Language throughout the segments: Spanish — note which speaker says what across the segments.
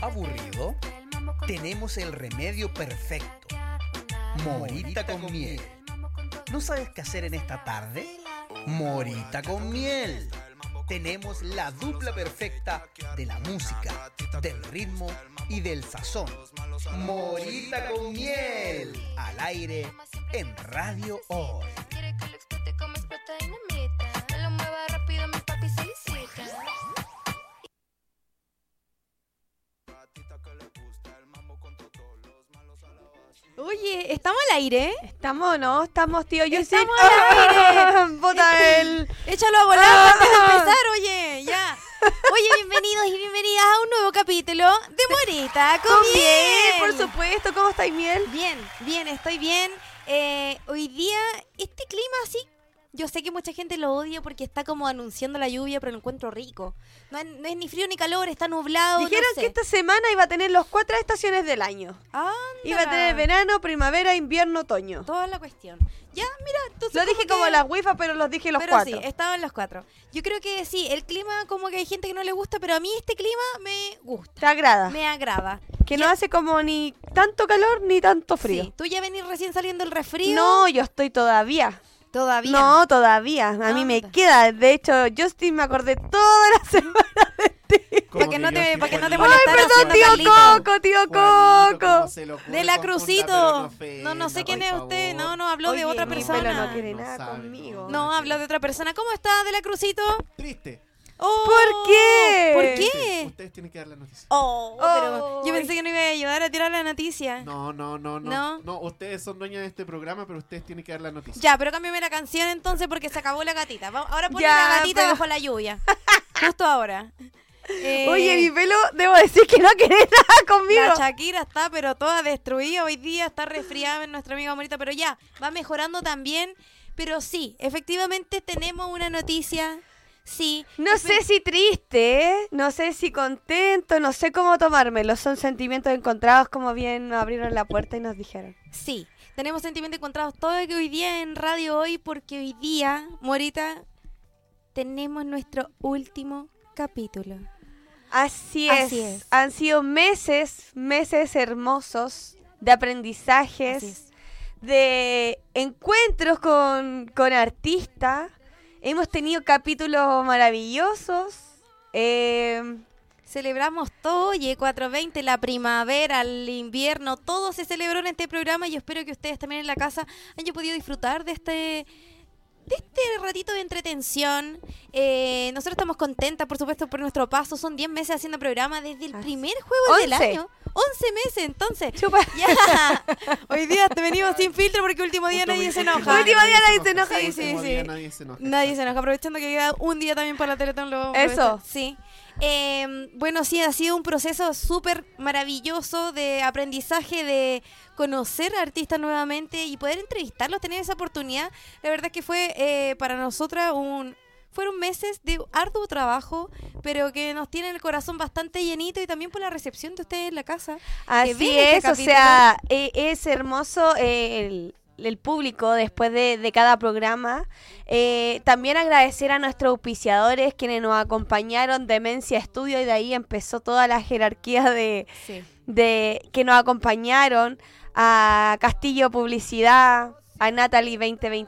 Speaker 1: ¿Aburrido? Tenemos el remedio perfecto. Morita con miel. ¿No sabes qué hacer en esta tarde? Morita con miel. Tenemos la dupla perfecta de la música, del ritmo y del sazón. Morita con miel. Al aire en Radio Hoy.
Speaker 2: Quiere que lo explote como explota dinamita. Me lo mueva rápido, mi papi solicita.
Speaker 3: Oye, está
Speaker 4: ¿Estamos al aire?
Speaker 3: Estamos, ¿no? Estamos, tío. Yo sí.
Speaker 4: Estamos al aire. Este,
Speaker 3: Puta, el- Ah.
Speaker 4: Échalo a volar antes de empezar, oye, ya. Oye, bienvenidos y bienvenidas a un nuevo capítulo de Morita con
Speaker 3: Con miel,
Speaker 4: Miel.
Speaker 3: por supuesto. ¿Cómo estáis, miel?
Speaker 4: Bien, bien, estoy bien. Eh, hoy día, este clima así, yo sé que mucha gente lo odia porque está como anunciando la lluvia, pero lo encuentro rico. No, es- no es ni frío ni calor, está nublado. no
Speaker 3: Dijeron
Speaker 4: sé.
Speaker 3: que esta semana iba a tener las cuatro estaciones del año.
Speaker 4: Ándala.
Speaker 3: Iba a tener verano, primavera, invierno, otoño.
Speaker 4: Toda la cuestión. Ya, mira, entonces.
Speaker 3: Lo dije
Speaker 4: que-
Speaker 3: como las wifas, pero los dije los
Speaker 4: pero
Speaker 3: cuatro.
Speaker 4: sí, estaban los cuatro. Yo creo que sí, el clima como que hay gente que no le gusta, pero a mí este clima me gusta,
Speaker 3: Te agrada.
Speaker 4: me agrada.
Speaker 3: Que no hace como ni tanto calor ni tanto frío.
Speaker 4: Sí, tú ya venís recién saliendo el resfrío.
Speaker 3: No, yo estoy todavía.
Speaker 4: todavía. Ah,
Speaker 3: No, todavía. A mí me
Speaker 4: Anda.
Speaker 3: queda. De hecho, Justin me acordé toda la semana.
Speaker 4: Para que no te, para que no te
Speaker 3: Ay,
Speaker 4: molestara
Speaker 3: perdón,
Speaker 4: haciendo
Speaker 3: tío
Speaker 4: Carlito.
Speaker 3: Coco, tío Coco.
Speaker 4: De la Crucito. No, no sé quién es usted. No, no, ah, habló de
Speaker 3: Oye,
Speaker 4: otra
Speaker 3: mi
Speaker 4: persona.
Speaker 3: pelo no quiere
Speaker 5: No
Speaker 3: nada
Speaker 5: sabe,
Speaker 3: conmigo.
Speaker 4: No, habló de otra persona. ¿Cómo está De la Crucito?
Speaker 5: Triste.
Speaker 4: Oh,
Speaker 3: ¿Por qué?
Speaker 4: ¿Por
Speaker 5: Triste.
Speaker 4: qué?
Speaker 5: Ustedes tienen que dar la noticia.
Speaker 4: Oh, pero yo
Speaker 3: Ay.
Speaker 4: pensé que no iba a ayudar a tirar la noticia.
Speaker 5: No, no, no, no.
Speaker 4: No.
Speaker 5: No, ustedes son dueñas de este programa, pero ustedes tienen que dar la noticia.
Speaker 4: Ya, pero cámbiame la canción entonces porque se acabó la gatita. Va- Ahora ponle
Speaker 3: Ya,
Speaker 4: la gatita
Speaker 3: pero-
Speaker 4: bajo la lluvia. Justo ahora. Eh,
Speaker 3: Oye, mi pelo, debo decir que no quiere nada conmigo.
Speaker 4: La Shakira está pero toda destruida hoy día, está resfriada en nuestra amiga Morita, pero ya, va mejorando también. Pero sí, efectivamente tenemos una noticia. Sí.
Speaker 3: No sé si triste, ¿eh? no sé si contento, no sé cómo tomármelo. Son sentimientos encontrados, como bien nos abrieron la puerta y nos dijeron.
Speaker 4: Sí, tenemos sentimientos encontrados todo que hoy día en Radio Hoy, porque hoy día, Morita, tenemos nuestro último capítulo.
Speaker 3: Así es.
Speaker 4: Así es.
Speaker 3: Han sido meses, meses hermosos de aprendizajes,
Speaker 4: Así es.
Speaker 3: de encuentros con, con artistas. Hemos tenido capítulos maravillosos. eh,
Speaker 4: Celebramos todo, y 420, la primavera, el invierno, todo se celebró en este programa y yo espero que ustedes también en la casa hayan podido disfrutar de este, de este ratito de entretención. Eh, nosotros estamos contentas, por supuesto, por nuestro paso. Son 10 meses haciendo programa desde el
Speaker 3: Así.
Speaker 4: primer juego del
Speaker 3: Once.
Speaker 4: año. 11 meses, entonces.
Speaker 3: chupa.
Speaker 4: Ya. Hoy día te venimos sin filtro porque último día nadie se enoja.
Speaker 3: Último día nadie se enoja.
Speaker 4: Sí, sí,
Speaker 5: Último día
Speaker 4: sí.
Speaker 5: nadie se enoja.
Speaker 4: Nadie se enoja, aprovechando que queda un día también para la Teletón. Lo vamos a
Speaker 3: Eso.
Speaker 4: aprovechar. Sí. Eh, bueno, sí, ha sido un proceso súper maravilloso de aprendizaje, de conocer a artistas nuevamente y poder entrevistarlos, tener esa oportunidad. La verdad es que fue eh, para nosotras un... Fueron meses de arduo trabajo, pero que nos tienen el corazón bastante llenito y también por la recepción de ustedes en la casa.
Speaker 3: Así
Speaker 4: ven este
Speaker 3: es, o
Speaker 4: capítulo.
Speaker 3: sea, e- es hermoso eh, el, el público después de, de cada programa. Eh, también agradecer a nuestros auspiciadores quienes nos acompañaron, Demencia Estudio, y de ahí empezó toda la jerarquía de,
Speaker 4: Sí.
Speaker 3: de que nos acompañaron, a Castillo Publicidad, a Natalie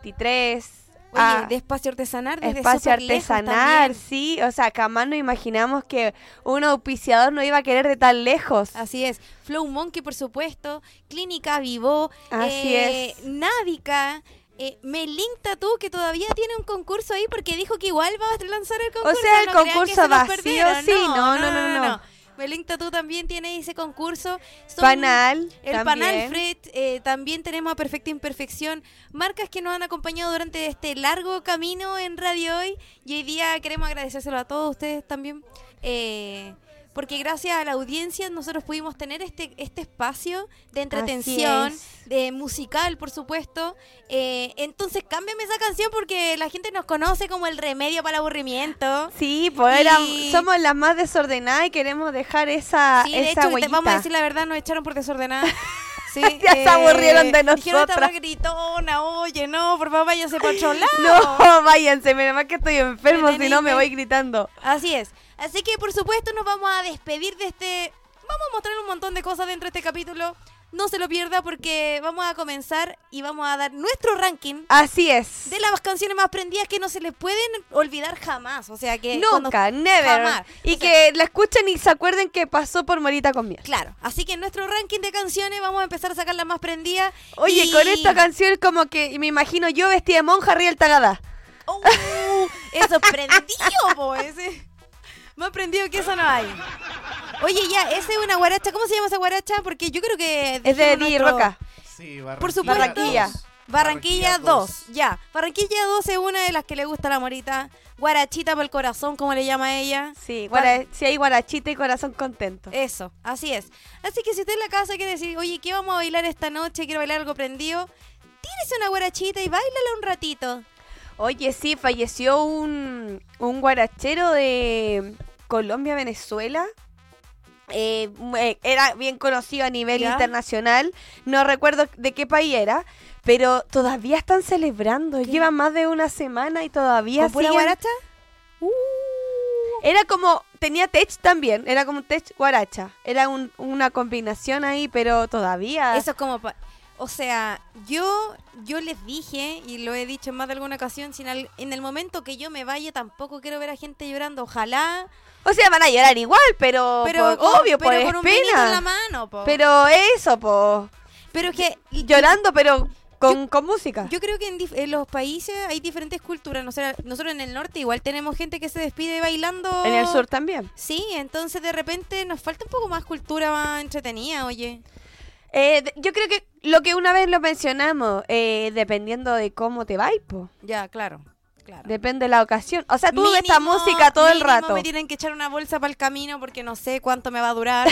Speaker 3: 2023.
Speaker 4: Oye,
Speaker 3: a-
Speaker 4: de espacio artesanal, desde
Speaker 3: Ah, espacio
Speaker 4: súper lejos
Speaker 3: artesanal,
Speaker 4: también.
Speaker 3: sí, o sea, jamás nos imaginamos que un auspiciador no iba a querer de tan lejos.
Speaker 4: Así es. Flow Monkey, por supuesto. Clínica Vivo.
Speaker 3: Así
Speaker 4: eh,
Speaker 3: es.
Speaker 4: Nádica. Eh, Melink Tattoo, que todavía tiene un concurso ahí porque dijo que igual va a lanzar el concurso.
Speaker 3: sea, el
Speaker 4: no crean que
Speaker 3: concurso
Speaker 4: se nos
Speaker 3: vacío,
Speaker 4: perdieron,
Speaker 3: sí, no, no, no, no.
Speaker 4: Melink Tattoo también tiene ese concurso. Son-
Speaker 3: Panal.
Speaker 4: El
Speaker 3: también.
Speaker 4: Panal Fred, eh, también tenemos a Perfecta Imperfección, marcas que nos han acompañado durante este largo camino en Radio Hoy y hoy día queremos agradecérselo a todos ustedes también, eh, porque gracias a la audiencia nosotros pudimos tener este, este espacio de entretención,
Speaker 3: es.
Speaker 4: de musical por supuesto, Eh, entonces cámbiame esa canción porque la gente nos conoce como el remedio para el aburrimiento.
Speaker 3: Sí, pues era-
Speaker 4: Y-
Speaker 3: somos las más desordenadas y queremos dejar esa,
Speaker 4: Sí, de
Speaker 3: Ah, esa
Speaker 4: hecho, te-
Speaker 3: huellita.
Speaker 4: vamos a decir la verdad, nos echaron por desordenada. Sí, eh,
Speaker 3: Ya se aburrieron de
Speaker 4: dijeron, "Esta
Speaker 3: nosotras".
Speaker 4: weá gritona, oye, no, por favor, váyase para otro lado.
Speaker 3: No, váyanse, menos mal que estoy enfermo,
Speaker 4: Ven,
Speaker 3: si no me
Speaker 4: ven.
Speaker 3: voy gritando.
Speaker 4: Así es. Así que, por supuesto, nos vamos a despedir de este... Vamos a mostrar un montón de cosas dentro de este capítulo. No se lo pierda porque vamos a comenzar y vamos a dar nuestro ranking
Speaker 3: Así es.
Speaker 4: de las canciones más prendidas que no se les pueden olvidar jamás. O sea que... cuando-
Speaker 3: Nunca, never.
Speaker 4: jamás.
Speaker 3: Y
Speaker 4: O sea-
Speaker 3: que la escuchen y se acuerden que pasó por Morita con miel.
Speaker 4: Claro. Así que en nuestro ranking de canciones vamos a empezar a sacar las más prendidas.
Speaker 3: Oye,
Speaker 4: y-
Speaker 3: con esta canción como que me imagino yo vestida de monja arriba del tagadá.
Speaker 4: ¡Oh! eso es prendido, po, ese. Más prendido que eso no hay. Oye, ya, esa es una guaracha. ¿Cómo se llama esa guaracha? Porque yo creo que...
Speaker 3: Es de
Speaker 4: dijimos
Speaker 3: Di
Speaker 4: nuestro-
Speaker 3: Roca.
Speaker 5: Sí, Barranquilla.
Speaker 4: Por supuesto.
Speaker 3: Barranquilla.
Speaker 5: dos.
Speaker 4: Barranquilla
Speaker 5: dos.
Speaker 4: 2, ya. Barranquilla 2 es una de las que le gusta a la morita. Guarachita para el corazón, como le llama ella.
Speaker 3: Sí,
Speaker 4: guara-
Speaker 3: si hay guarachita y corazón contento.
Speaker 4: Eso, así es. Así que si usted en la casa quiere decir, oye, ¿qué vamos a bailar esta noche? Quiero bailar algo prendido. Tírese una guarachita y bailala un ratito.
Speaker 3: Oye, sí, falleció un, un guarachero de Colombia, Venezuela. Eh, mu- eh, era bien conocido a nivel
Speaker 4: Ya.
Speaker 3: internacional. No recuerdo de qué país era, pero todavía están celebrando. Llevan más de una semana y todavía
Speaker 4: ¿Con pura
Speaker 3: siguen- Uh.
Speaker 4: guaracha?
Speaker 3: Era como, tenía tech también, era como un tech guaracha. Era un- una combinación ahí, pero todavía...
Speaker 4: Eso es como... pa- O sea, yo, yo les dije, y lo he dicho en más de alguna ocasión, si en al- en el momento que yo me vaya tampoco quiero ver a gente llorando. Ojalá.
Speaker 3: O sea, van a llorar igual, pero,
Speaker 4: Pero
Speaker 3: Oh, por-
Speaker 4: con-
Speaker 3: obvio,
Speaker 4: pero
Speaker 3: por
Speaker 4: con un vinito en la
Speaker 3: pena.
Speaker 4: mano, po.
Speaker 3: Pero eso, po.
Speaker 4: Pero que
Speaker 3: Llorando, pero con, con música.
Speaker 4: yo creo que en, dif- en los países hay diferentes culturas. O sea, nosotros en el norte igual tenemos gente que se despide bailando.
Speaker 3: En el sur también.
Speaker 4: Sí, entonces de repente nos falta un poco más cultura más entretenida, oye.
Speaker 3: Eh, de- yo creo que lo que una vez lo mencionamos, eh, dependiendo de cómo te vayas, po.
Speaker 4: Ya, claro, claro.
Speaker 3: Depende de la ocasión. O sea, tú ves
Speaker 4: Mínimo-
Speaker 3: esta música todo el
Speaker 4: mínimo
Speaker 3: rato.
Speaker 4: Me tienen que echar una bolsa para el camino porque no sé cuánto me va a durar.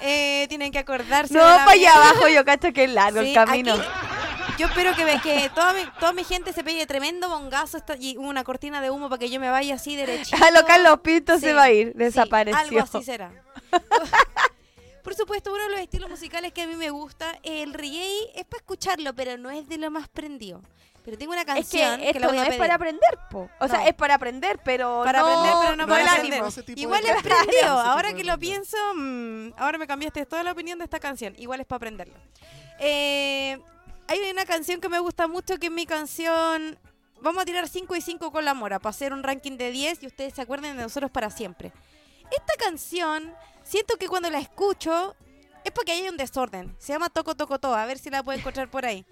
Speaker 4: Eh, tienen que acordarse.
Speaker 3: No, pues
Speaker 4: de la
Speaker 3: para allá
Speaker 4: meta.
Speaker 3: abajo yo cacho que es largo
Speaker 4: Sí,
Speaker 3: el camino.
Speaker 4: aquí- yo espero que, que toda, mi, toda mi gente se pegue tremendo bongazo esta- y una cortina de humo para que yo me vaya así derechito.
Speaker 3: A lo Carlos Pinto se
Speaker 4: Sí,
Speaker 3: va a ir.
Speaker 4: sí,
Speaker 3: Desapareció.
Speaker 4: algo así será. Por supuesto, uno de los estilos musicales que a mí me gusta, el reggae, es para escucharlo, pero no es de lo más prendido. Pero tengo una
Speaker 3: Es que
Speaker 4: canción que,
Speaker 3: esto
Speaker 4: la voy
Speaker 3: no
Speaker 4: a
Speaker 3: es
Speaker 4: pedir.
Speaker 3: para aprender, po. O sea,
Speaker 4: No.
Speaker 3: es para aprender, pero
Speaker 4: Para
Speaker 3: no,
Speaker 4: aprender, pero no
Speaker 5: no
Speaker 4: para
Speaker 3: el
Speaker 5: es
Speaker 4: aprender.
Speaker 3: ánimo.
Speaker 5: Ese tipo de
Speaker 4: Igual es
Speaker 5: canciones.
Speaker 4: prendido.
Speaker 5: Ese tipo
Speaker 4: Ahora
Speaker 5: de
Speaker 4: que lo
Speaker 5: canciones.
Speaker 4: pienso, mm, ahora me cambiaste toda la opinión de esta canción. Igual es para aprenderlo. Eh, hay una canción que me gusta mucho que es mi canción. Vamos a tirar 5 y 5 con la mora para hacer un ranking de 10 y ustedes se acuerden de nosotros para siempre. Esta canción, siento que cuando la escucho es porque hay un desorden. Se llama Toco Toco Todo. A ver si la puedo encontrar por ahí.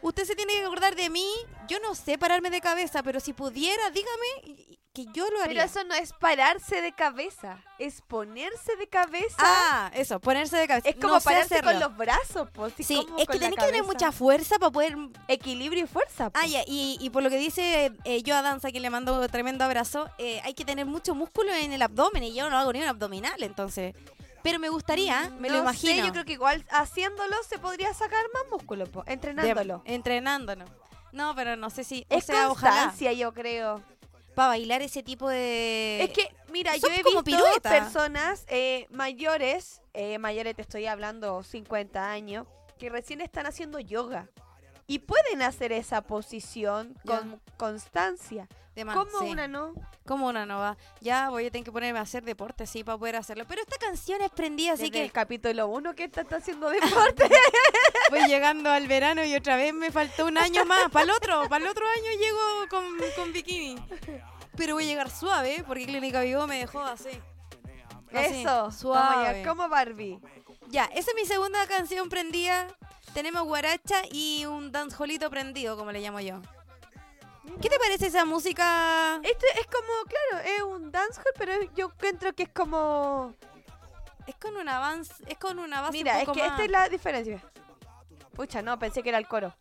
Speaker 4: Usted se tiene que acordar de mí. Yo no sé pararme de cabeza, pero si pudiera, dígame y- y- que yo lo haría.
Speaker 3: Pero eso no es pararse de cabeza, es ponerse de cabeza.
Speaker 4: Ah, eso, ponerse de cabeza.
Speaker 3: es como
Speaker 4: No sé
Speaker 3: pararse con
Speaker 4: hacerlo.
Speaker 3: los brazos, po. así
Speaker 4: Sí,
Speaker 3: como
Speaker 4: es
Speaker 3: con
Speaker 4: que
Speaker 3: la
Speaker 4: tenés que tener
Speaker 3: cabeza.
Speaker 4: mucha fuerza para poder...
Speaker 3: equilibrio y fuerza. po.
Speaker 4: Ah, ya, y, y por lo que dice eh, yo a Danza, que le mando un tremendo abrazo, eh, hay que tener mucho músculo en el abdomen y yo no hago ni un abdominal, entonces. Pero me gustaría, me lo
Speaker 3: No sé,
Speaker 4: imagino.
Speaker 3: yo creo que igual haciéndolo se podría sacar más músculo, po, entrenándolo.
Speaker 4: De- entrenándolo. No, pero no sé si...
Speaker 3: Es
Speaker 4: o sea, ojalá.
Speaker 3: constancia, yo creo.
Speaker 4: Para bailar ese tipo de...
Speaker 3: Es que, mira, yo
Speaker 4: Eh, son
Speaker 3: he
Speaker 4: como
Speaker 3: visto
Speaker 4: piruetas.
Speaker 3: personas eh, mayores, eh, mayores te estoy hablando 50 años, que recién están haciendo yoga. Y pueden hacer esa posición
Speaker 4: Ya.
Speaker 3: con constancia.
Speaker 4: de man-
Speaker 3: ¿Cómo
Speaker 4: sí.
Speaker 3: una no?
Speaker 4: Como una no va. Ya voy a tener que ponerme a hacer deporte, sí, para poder hacerlo. Pero esta canción es prendida, así
Speaker 3: Desde
Speaker 4: que...
Speaker 3: el capítulo 1 que está, está haciendo deporte.
Speaker 4: Voy llegando al verano y otra vez me faltó un año más. Para el otro, para el otro año llego con, con bikini. Pero voy a llegar suave porque Clínica Vivo me dejó así. Así,
Speaker 3: Eso,
Speaker 4: suave.
Speaker 3: suave. Como Barbie.
Speaker 4: Ya, esa es mi segunda canción prendida. Tenemos guaracha y un danjolito prendido, como le llamo yo. ¿Qué te parece esa música?
Speaker 3: Esto Este es como, claro, es un dancehall, pero es- yo encuentro que es como...
Speaker 4: Es con un avance, es con una base
Speaker 3: Mira,
Speaker 4: un
Speaker 3: es
Speaker 4: poco
Speaker 3: que
Speaker 4: más-
Speaker 3: esta es la diferencia. Pucha, no, pensé que era el coro.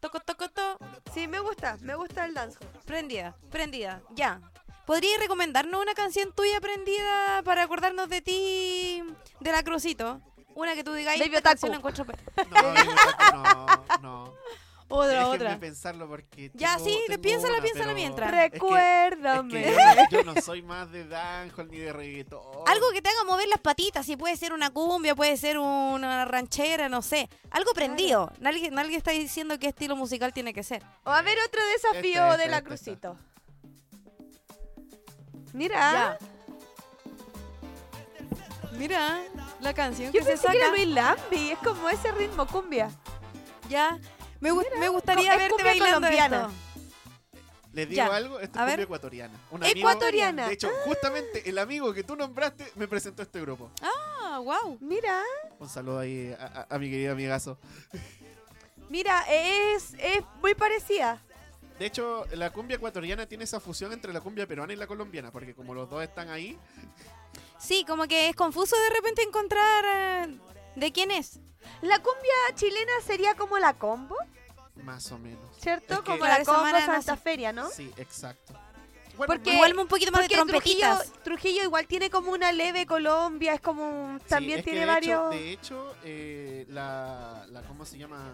Speaker 4: toco toco to
Speaker 3: Sí, me gusta, me gusta el dancehall.
Speaker 4: prendida, prendida. Ya. ¿Podrías recomendarnos una canción tuya prendida para acordarnos de ti, de la Crucito? Una que tú digas,
Speaker 3: Baby
Speaker 4: esta canción
Speaker 3: Otaku.
Speaker 4: la encuentro pe-
Speaker 5: No, yo creo que no, no.
Speaker 4: Otra,
Speaker 5: Déjenme
Speaker 4: otra.
Speaker 5: pensarlo porque.
Speaker 4: Ya,
Speaker 5: tengo-
Speaker 4: sí,
Speaker 5: tengo
Speaker 4: piénsala,
Speaker 5: una,
Speaker 4: piénsala
Speaker 5: pero-
Speaker 4: mientras.
Speaker 5: Es que- es
Speaker 3: Recuérdame.
Speaker 5: que yo, yo no soy más de danjo ni de reggaetón.
Speaker 4: Algo que te haga mover las patitas, si puede ser una cumbia, puede ser una ranchera, no sé. Algo prendido. Nadie, nadie está diciendo qué estilo musical tiene que ser.
Speaker 3: O a ver otro desafío
Speaker 5: Esta, esta,
Speaker 3: de la
Speaker 5: esta, esta.
Speaker 3: Crucito.
Speaker 4: ¿Ah?
Speaker 3: Mira,
Speaker 4: Mira la canción
Speaker 3: yo pensé que era Luis Lambi, es como ese ritmo cumbia.
Speaker 4: Ya. Me, gu- me gustaría
Speaker 3: es
Speaker 4: verte
Speaker 3: cumbia
Speaker 4: bailando
Speaker 3: colombiana.
Speaker 4: esto.
Speaker 5: Les digo
Speaker 4: Ya,
Speaker 5: algo, esto
Speaker 4: a
Speaker 5: es
Speaker 4: ver.
Speaker 5: cumbia ecuatoriana. Un
Speaker 3: Ecuatoriana.
Speaker 5: de hecho, justamente el amigo que tú nombraste me presentó este grupo.
Speaker 4: Ah, wow.
Speaker 3: Mira,
Speaker 5: Un saludo ahí a, a- a mi querido amigazo.
Speaker 3: mira, es, es muy parecida.
Speaker 5: De hecho, la cumbia ecuatoriana tiene esa fusión entre la cumbia peruana y la colombiana, porque como los dos están ahí,
Speaker 4: Sí, como que es confuso de repente encontrar eh, de quién es.
Speaker 3: La cumbia chilena sería como la combo,
Speaker 5: más o menos.
Speaker 3: ¿cierto?
Speaker 5: Es que-
Speaker 3: como
Speaker 4: Claro,
Speaker 3: la
Speaker 4: esa
Speaker 3: combo
Speaker 4: mala
Speaker 3: Santa
Speaker 4: nace.
Speaker 3: Feria, ¿no?
Speaker 5: Sí, exacto. Bueno,
Speaker 3: Porque-
Speaker 5: no-
Speaker 4: Igual un poquito más de
Speaker 3: Porque Trujillo,
Speaker 4: trompetitas.
Speaker 3: Trujillo igual tiene como una leve Colombia, es como un-
Speaker 5: sí,
Speaker 3: también
Speaker 5: es que
Speaker 3: tiene
Speaker 5: de hecho-
Speaker 3: varios.
Speaker 5: de hecho, eh, la, la- ¿Cómo se llama?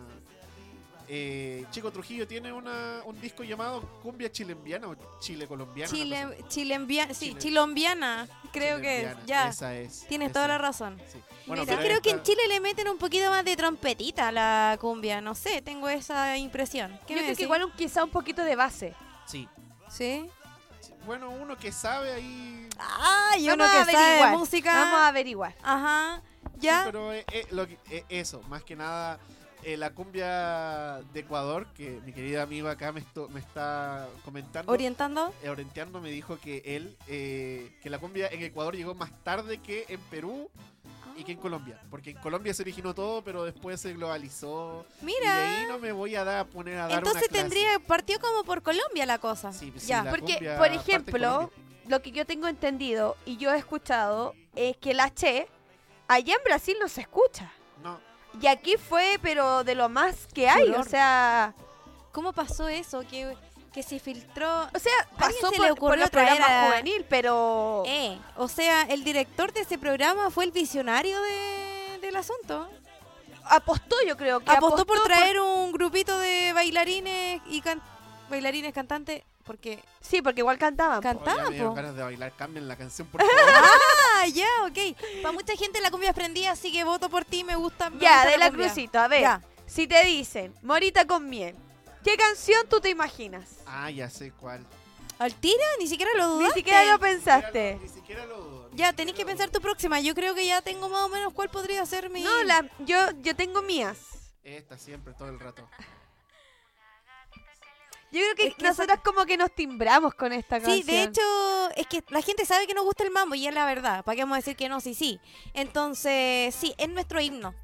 Speaker 5: Eh, Chico Trujillo tiene una, un disco llamado Cumbia Chilembiana o Chile Colombiana. una cosa
Speaker 4: Chile, chilenvia- sí,
Speaker 5: Chile-
Speaker 4: chilombiana, creo que
Speaker 5: Chilembiana,
Speaker 4: es. Ya.
Speaker 5: Esa es.
Speaker 4: Tienes
Speaker 5: esa
Speaker 4: toda
Speaker 5: es.
Speaker 4: la razón.
Speaker 5: Sí. Bueno,
Speaker 4: Sí,
Speaker 5: pero
Speaker 4: creo que en
Speaker 5: esta-
Speaker 4: Chile le meten un poquito más de trompetita a la cumbia, no sé, tengo esa impresión. ¿Qué me
Speaker 3: Yo creo
Speaker 4: decís?
Speaker 3: que igual un- quizá un poquito de base.
Speaker 5: Sí.
Speaker 4: Sí.
Speaker 5: Sí, Bueno, uno que sabe ahí.
Speaker 4: Ah, yo
Speaker 3: Vamos
Speaker 4: no
Speaker 3: a
Speaker 4: que sabe
Speaker 3: averiguar,
Speaker 4: música.
Speaker 3: Vamos a averiguar.
Speaker 4: Ajá.
Speaker 5: Sí,
Speaker 4: Ya.
Speaker 5: pero eh, eh, lo que- eh, eso, más que nada, eh, la cumbia de Ecuador, que mi querida amiga acá me, esto- me está comentando.
Speaker 4: Orientando.
Speaker 5: eh, Orenteando me dijo que él, eh, que la cumbia en Ecuador llegó más tarde que en Perú y
Speaker 4: Ah.
Speaker 5: que en Colombia. Porque en Colombia se originó todo, pero después se globalizó. Y de
Speaker 4: Mira.
Speaker 5: ahí no me voy a dar- a poner a dar una
Speaker 4: Entonces
Speaker 5: clase.
Speaker 4: tendría partió como por Colombia la cosa.
Speaker 5: Sí, pues, sí,
Speaker 4: ya.
Speaker 5: la
Speaker 3: Porque,
Speaker 5: cumbia
Speaker 3: por
Speaker 5: parte
Speaker 3: ejemplo,
Speaker 5: colombiana.
Speaker 3: lo que yo tengo entendido y yo he escuchado es que la Che allá en Brasil no se escucha.
Speaker 5: No,
Speaker 3: Y aquí fue, pero de lo más que hay. O
Speaker 4: Furor.
Speaker 3: sea,
Speaker 4: ¿Cómo pasó eso? Que, que se filtró.
Speaker 3: o sea
Speaker 4: alguien
Speaker 3: pasó
Speaker 4: se
Speaker 3: por,
Speaker 4: le
Speaker 3: por
Speaker 4: ocurrió
Speaker 3: los
Speaker 4: traer
Speaker 3: programas
Speaker 4: a-
Speaker 3: juvenil, pero
Speaker 4: Eh, o sea, el director de ese programa fue el visionario de- del asunto.
Speaker 3: apostó yo creo que
Speaker 4: apostó por traer un grupito de bailarines y can- bailarines cantantes porque
Speaker 3: Sí, porque igual cantaban.
Speaker 5: Oh, ya
Speaker 4: cantaban.
Speaker 5: me dieron
Speaker 4: po.
Speaker 5: ganas de bailar, cambien la canción, por favor.
Speaker 4: Ah, ya, ok. Para mucha gente la cumbia es prendida, así que voto por ti, me gusta. me
Speaker 3: ya,
Speaker 4: gusta
Speaker 3: de la
Speaker 4: cumbia.
Speaker 3: crucito, a ver.
Speaker 4: Ya.
Speaker 3: Si te dicen Morita con miel, ¿qué canción tú te imaginas?
Speaker 5: ah, ya sé cuál.
Speaker 4: Al tiro, ni siquiera lo
Speaker 3: Ni
Speaker 4: dudaste.
Speaker 3: siquiera lo
Speaker 5: Ni siquiera
Speaker 3: pensaste.
Speaker 5: lo- Ni siquiera lo dudo, ni
Speaker 4: Ya,
Speaker 5: siquiera
Speaker 4: tenés que
Speaker 5: lo
Speaker 4: pensar
Speaker 5: dudo.
Speaker 4: tu próxima. Yo creo que ya tengo más o menos cuál podría ser mi.
Speaker 3: No, la, yo, yo tengo mías.
Speaker 5: Esta siempre, todo el rato.
Speaker 3: Yo creo que,
Speaker 4: Es que esa-
Speaker 3: nosotras como que nos timbramos con esta
Speaker 4: Sí,
Speaker 3: canción.
Speaker 4: de hecho, es que la gente sabe que nos gusta el mambo y es la verdad. ¿Para qué vamos a decir que no? Sí, sí. Entonces, sí, es nuestro himno.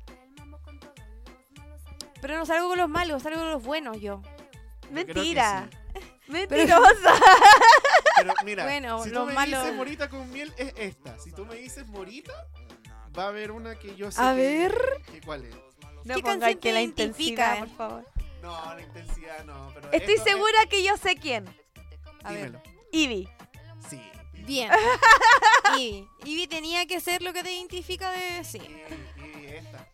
Speaker 4: Pero no salgo con los malos, salgo con los buenos
Speaker 5: Yo
Speaker 4: yo.
Speaker 5: creo que
Speaker 3: Mentira.
Speaker 5: sí.
Speaker 3: Mentirosa.
Speaker 5: Pero mira,
Speaker 4: Bueno,
Speaker 5: si tú
Speaker 4: lo
Speaker 5: me
Speaker 4: malo-
Speaker 5: dices morita con miel es esta. Si tú me dices morita, va a haber una que yo sé.
Speaker 4: A
Speaker 5: que-
Speaker 4: ver.
Speaker 5: que ¿Cuál es?
Speaker 3: No
Speaker 4: ¿Qué
Speaker 3: pongan
Speaker 4: canción
Speaker 3: que
Speaker 4: te
Speaker 3: la
Speaker 4: identifica?
Speaker 3: intensidad, por favor.
Speaker 5: No, la intensidad no. Pero
Speaker 3: Estoy
Speaker 5: esto es-
Speaker 3: segura que yo sé quién.
Speaker 4: A ver.
Speaker 5: Dímelo.
Speaker 3: Ivy.
Speaker 5: Sí.
Speaker 4: Bien. Ivy. Ivy tenía que ser lo que te identifica de sí.
Speaker 5: Y, y esta.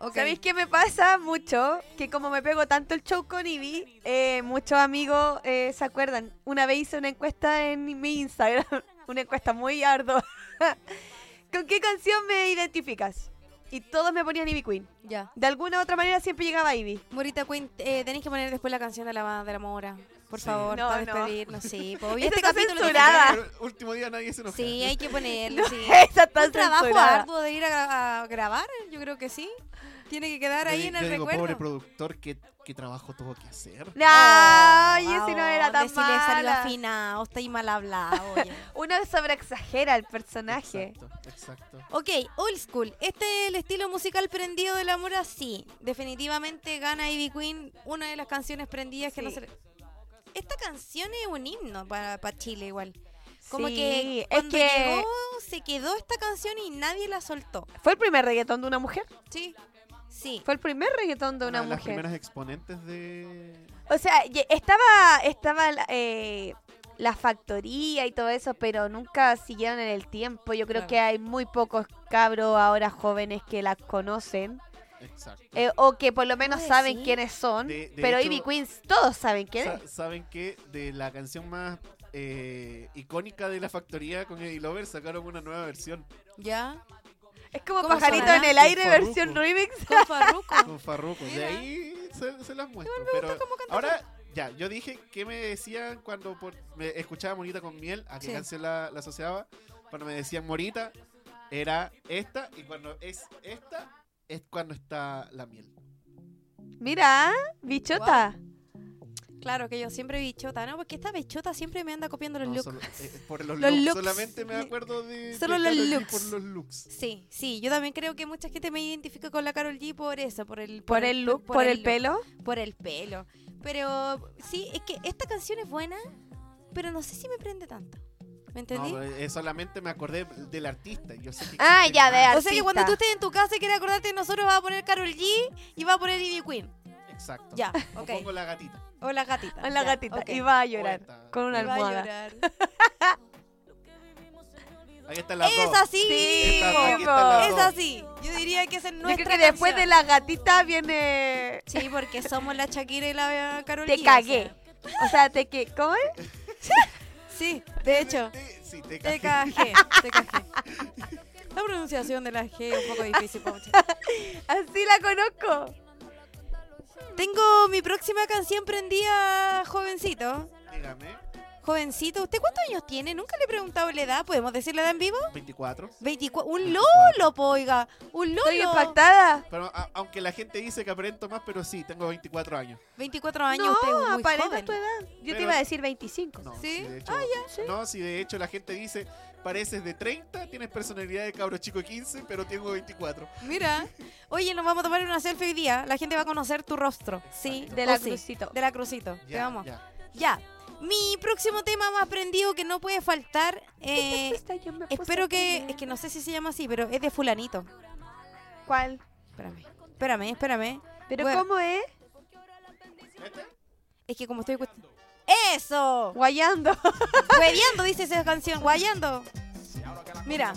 Speaker 4: Ok.
Speaker 3: ¿Sabéis qué me pasa mucho? Que como me pego tanto el show con Ivy, eh, muchos amigos eh, se acuerdan. Una vez hice una encuesta en mi Instagram, una encuesta muy ardua. ¿Con qué canción me identificas? Y todos me ponían Ivy Queen.
Speaker 4: Ya.
Speaker 3: De alguna u otra manera siempre llegaba Ivy.
Speaker 4: Morita Queen, eh, tenés que poner después la canción de la, de la Mora. Por
Speaker 5: Sí.
Speaker 4: favor,
Speaker 3: No,
Speaker 4: para
Speaker 3: no.
Speaker 4: despedirnos. Sí, po. este Y
Speaker 3: Esa está censurada.
Speaker 5: Pero el último día nadie se enoja.
Speaker 4: Sí, hay que ponerlo. sí.
Speaker 3: Esa está
Speaker 4: Un trabajo
Speaker 3: censurada.
Speaker 4: arduo de ir a, gra- a grabar, yo creo que sí. Tiene que quedar ahí
Speaker 5: Yo
Speaker 4: en el
Speaker 5: digo,
Speaker 4: recuerdo.
Speaker 5: pobre productor, ¿qué, qué trabajo tuvo que hacer?
Speaker 3: No, y
Speaker 4: Oh,
Speaker 3: ese no era tan
Speaker 4: si le salió
Speaker 3: mala.
Speaker 4: afinado, está ahí mal hablado, oye.
Speaker 3: Uno sobreexagera el personaje.
Speaker 5: Exacto, exacto.
Speaker 4: Ok, old school. Este es el estilo musical prendido de la mora, sí. Definitivamente gana Ivy Queen, una de las canciones prendidas que no
Speaker 3: Sí.
Speaker 4: se le- Esta canción es un himno para, para Chile igual. Como
Speaker 3: Sí,
Speaker 4: que
Speaker 3: es
Speaker 4: cuando
Speaker 3: que
Speaker 4: llegó se quedó esta canción y nadie la soltó.
Speaker 3: fue el primer reggaetón de una mujer.
Speaker 4: Sí. Sí.
Speaker 3: Fue el primer reggaetón de una,
Speaker 5: de las
Speaker 3: mujer.
Speaker 5: primeras exponentes de.
Speaker 3: O sea, ye- estaba estaba eh, la factoría y todo eso, pero nunca siguieron en el tiempo. Yo creo
Speaker 4: Claro.
Speaker 3: que hay muy pocos cabros ahora jóvenes que las conocen.
Speaker 5: Exacto.
Speaker 3: eh, o que por lo menos
Speaker 4: Puede
Speaker 3: saben
Speaker 4: ser.
Speaker 3: quiénes son.
Speaker 5: De- de
Speaker 3: pero
Speaker 5: hecho-
Speaker 3: Ivy Queens, todos saben quién
Speaker 5: Sa-
Speaker 3: es.
Speaker 5: Saben que de la canción más eh, icónica de la factoría con Eddie Lover sacaron una nueva versión
Speaker 4: ¿Ya?
Speaker 3: Es como
Speaker 4: ¿Cómo
Speaker 3: Pajarito
Speaker 4: sonará?
Speaker 3: en el aire,
Speaker 5: Farruko.
Speaker 3: versión remix.
Speaker 4: Con Farruko.
Speaker 5: con Farruko. De
Speaker 4: Ah, Mira.
Speaker 5: ahí se, se las muestro. Pero ahora, ya, yo dije que me decían cuando por- me escuchaba Morita con miel, a qué
Speaker 4: Sí.
Speaker 5: canción la, la asociaba. Cuando me decían Morita, era esta. Y cuando es esta, es cuando está la miel.
Speaker 3: Mira, ah, bichota.
Speaker 4: Claro que yo siempre bichota, ¿no? Porque esta bichota siempre me anda copiando los
Speaker 5: No,
Speaker 4: looks.
Speaker 5: solo- eh, por los,
Speaker 4: Los
Speaker 5: looks.
Speaker 4: looks.
Speaker 5: Solamente me acuerdo de.
Speaker 4: Solo
Speaker 5: de
Speaker 4: los
Speaker 5: Karol G
Speaker 4: looks.
Speaker 5: Por los looks.
Speaker 4: Sí, sí, yo también creo que mucha gente me identifica con la Carol G por eso, por el
Speaker 3: Por el look, por, el,
Speaker 4: look,
Speaker 3: pelo.
Speaker 4: por el pelo. Pero sí, es que esta canción es buena, pero no sé si me prende tanto. ¿Me entendí?
Speaker 5: No, eh, solamente me acordé del artista. Yo sé que
Speaker 3: Ah,
Speaker 5: existe
Speaker 3: ya,
Speaker 5: más.
Speaker 3: de
Speaker 4: o sea que cuando
Speaker 3: artista.
Speaker 4: tú estés en tu casa y quieras acordarte de nosotros, vas a poner Carol G y vas a poner Ivy Queen.
Speaker 5: Exacto.
Speaker 4: Ya,
Speaker 5: O
Speaker 4: ok.
Speaker 5: pongo la gatita.
Speaker 4: O la gatita.
Speaker 3: En la
Speaker 4: ya,
Speaker 3: gatita.
Speaker 4: ok.
Speaker 3: Y va a
Speaker 5: o
Speaker 3: llorar
Speaker 5: esta.
Speaker 3: con una
Speaker 4: Y va a
Speaker 3: almohada.
Speaker 4: llorar.
Speaker 5: Ahí está la
Speaker 4: Es así.
Speaker 3: Sí,
Speaker 5: Esta- aquí está la
Speaker 4: es
Speaker 5: dos.
Speaker 4: así. Yo diría que esa es
Speaker 3: Yo creo que
Speaker 4: nuestra
Speaker 3: después de
Speaker 4: canción.
Speaker 3: la gatita viene.
Speaker 4: Sí, porque somos la Shakira y la Carol G,
Speaker 3: Te
Speaker 4: o
Speaker 3: cagué.
Speaker 4: sea.
Speaker 3: O sea, te que. ¿Cómo es?
Speaker 4: Sí, de hecho.
Speaker 5: Sí, Este, te
Speaker 4: Te
Speaker 5: cagué.
Speaker 4: cagué. Te cagué. La pronunciación de la G es un poco difícil. pa' mucha-
Speaker 3: Así la conozco.
Speaker 4: Tengo mi próxima canción prendida, jovencito.
Speaker 5: Dígame.
Speaker 4: Jovencito, ¿usted cuántos años tiene? Nunca le he preguntado la edad. ¿Podemos decir la edad en vivo?
Speaker 5: 24.
Speaker 4: 24. Un lolo, po, oiga. Un lolo.
Speaker 3: Estoy impactada.
Speaker 5: Pero a- aunque la gente dice que aparento más, pero sí, tengo 24 años.
Speaker 4: 24 años, usted es
Speaker 3: No,
Speaker 4: muy
Speaker 3: aparenta
Speaker 4: joven.
Speaker 3: tu edad. Yo
Speaker 5: Pero-
Speaker 3: te iba a decir 25.
Speaker 5: No,
Speaker 4: ¿Sí?
Speaker 5: si de hecho, No, si de hecho la gente dice, pareces de 30, tienes personalidad de cabro chico de 15, pero tengo 24.
Speaker 4: Mira. Oye, nos vamos a tomar una selfie hoy día. La gente va a conocer tu rostro. Sí,
Speaker 5: Exacto.
Speaker 3: De la
Speaker 4: o Oh, sí.
Speaker 3: crucito.
Speaker 4: De la crucito. Te
Speaker 5: Ya,
Speaker 4: vamos.
Speaker 5: ya.
Speaker 4: Ya. Mi próximo tema más prendido que no puede faltar. eh,
Speaker 3: Esta yo me puse
Speaker 4: espero que.
Speaker 3: a
Speaker 4: Es que no sé si se llama así, pero es de Fulanito.
Speaker 3: pelear. ¿Cuál?
Speaker 4: Espérame. Espérame, espérame.
Speaker 3: ¿Pero
Speaker 4: Bueno.
Speaker 3: cómo es?
Speaker 5: ¿Este?
Speaker 4: Es que como estoy. escuchando- ¡Eso!
Speaker 3: Guayando.
Speaker 4: Guayando, dice esa canción. Guayando. Mira.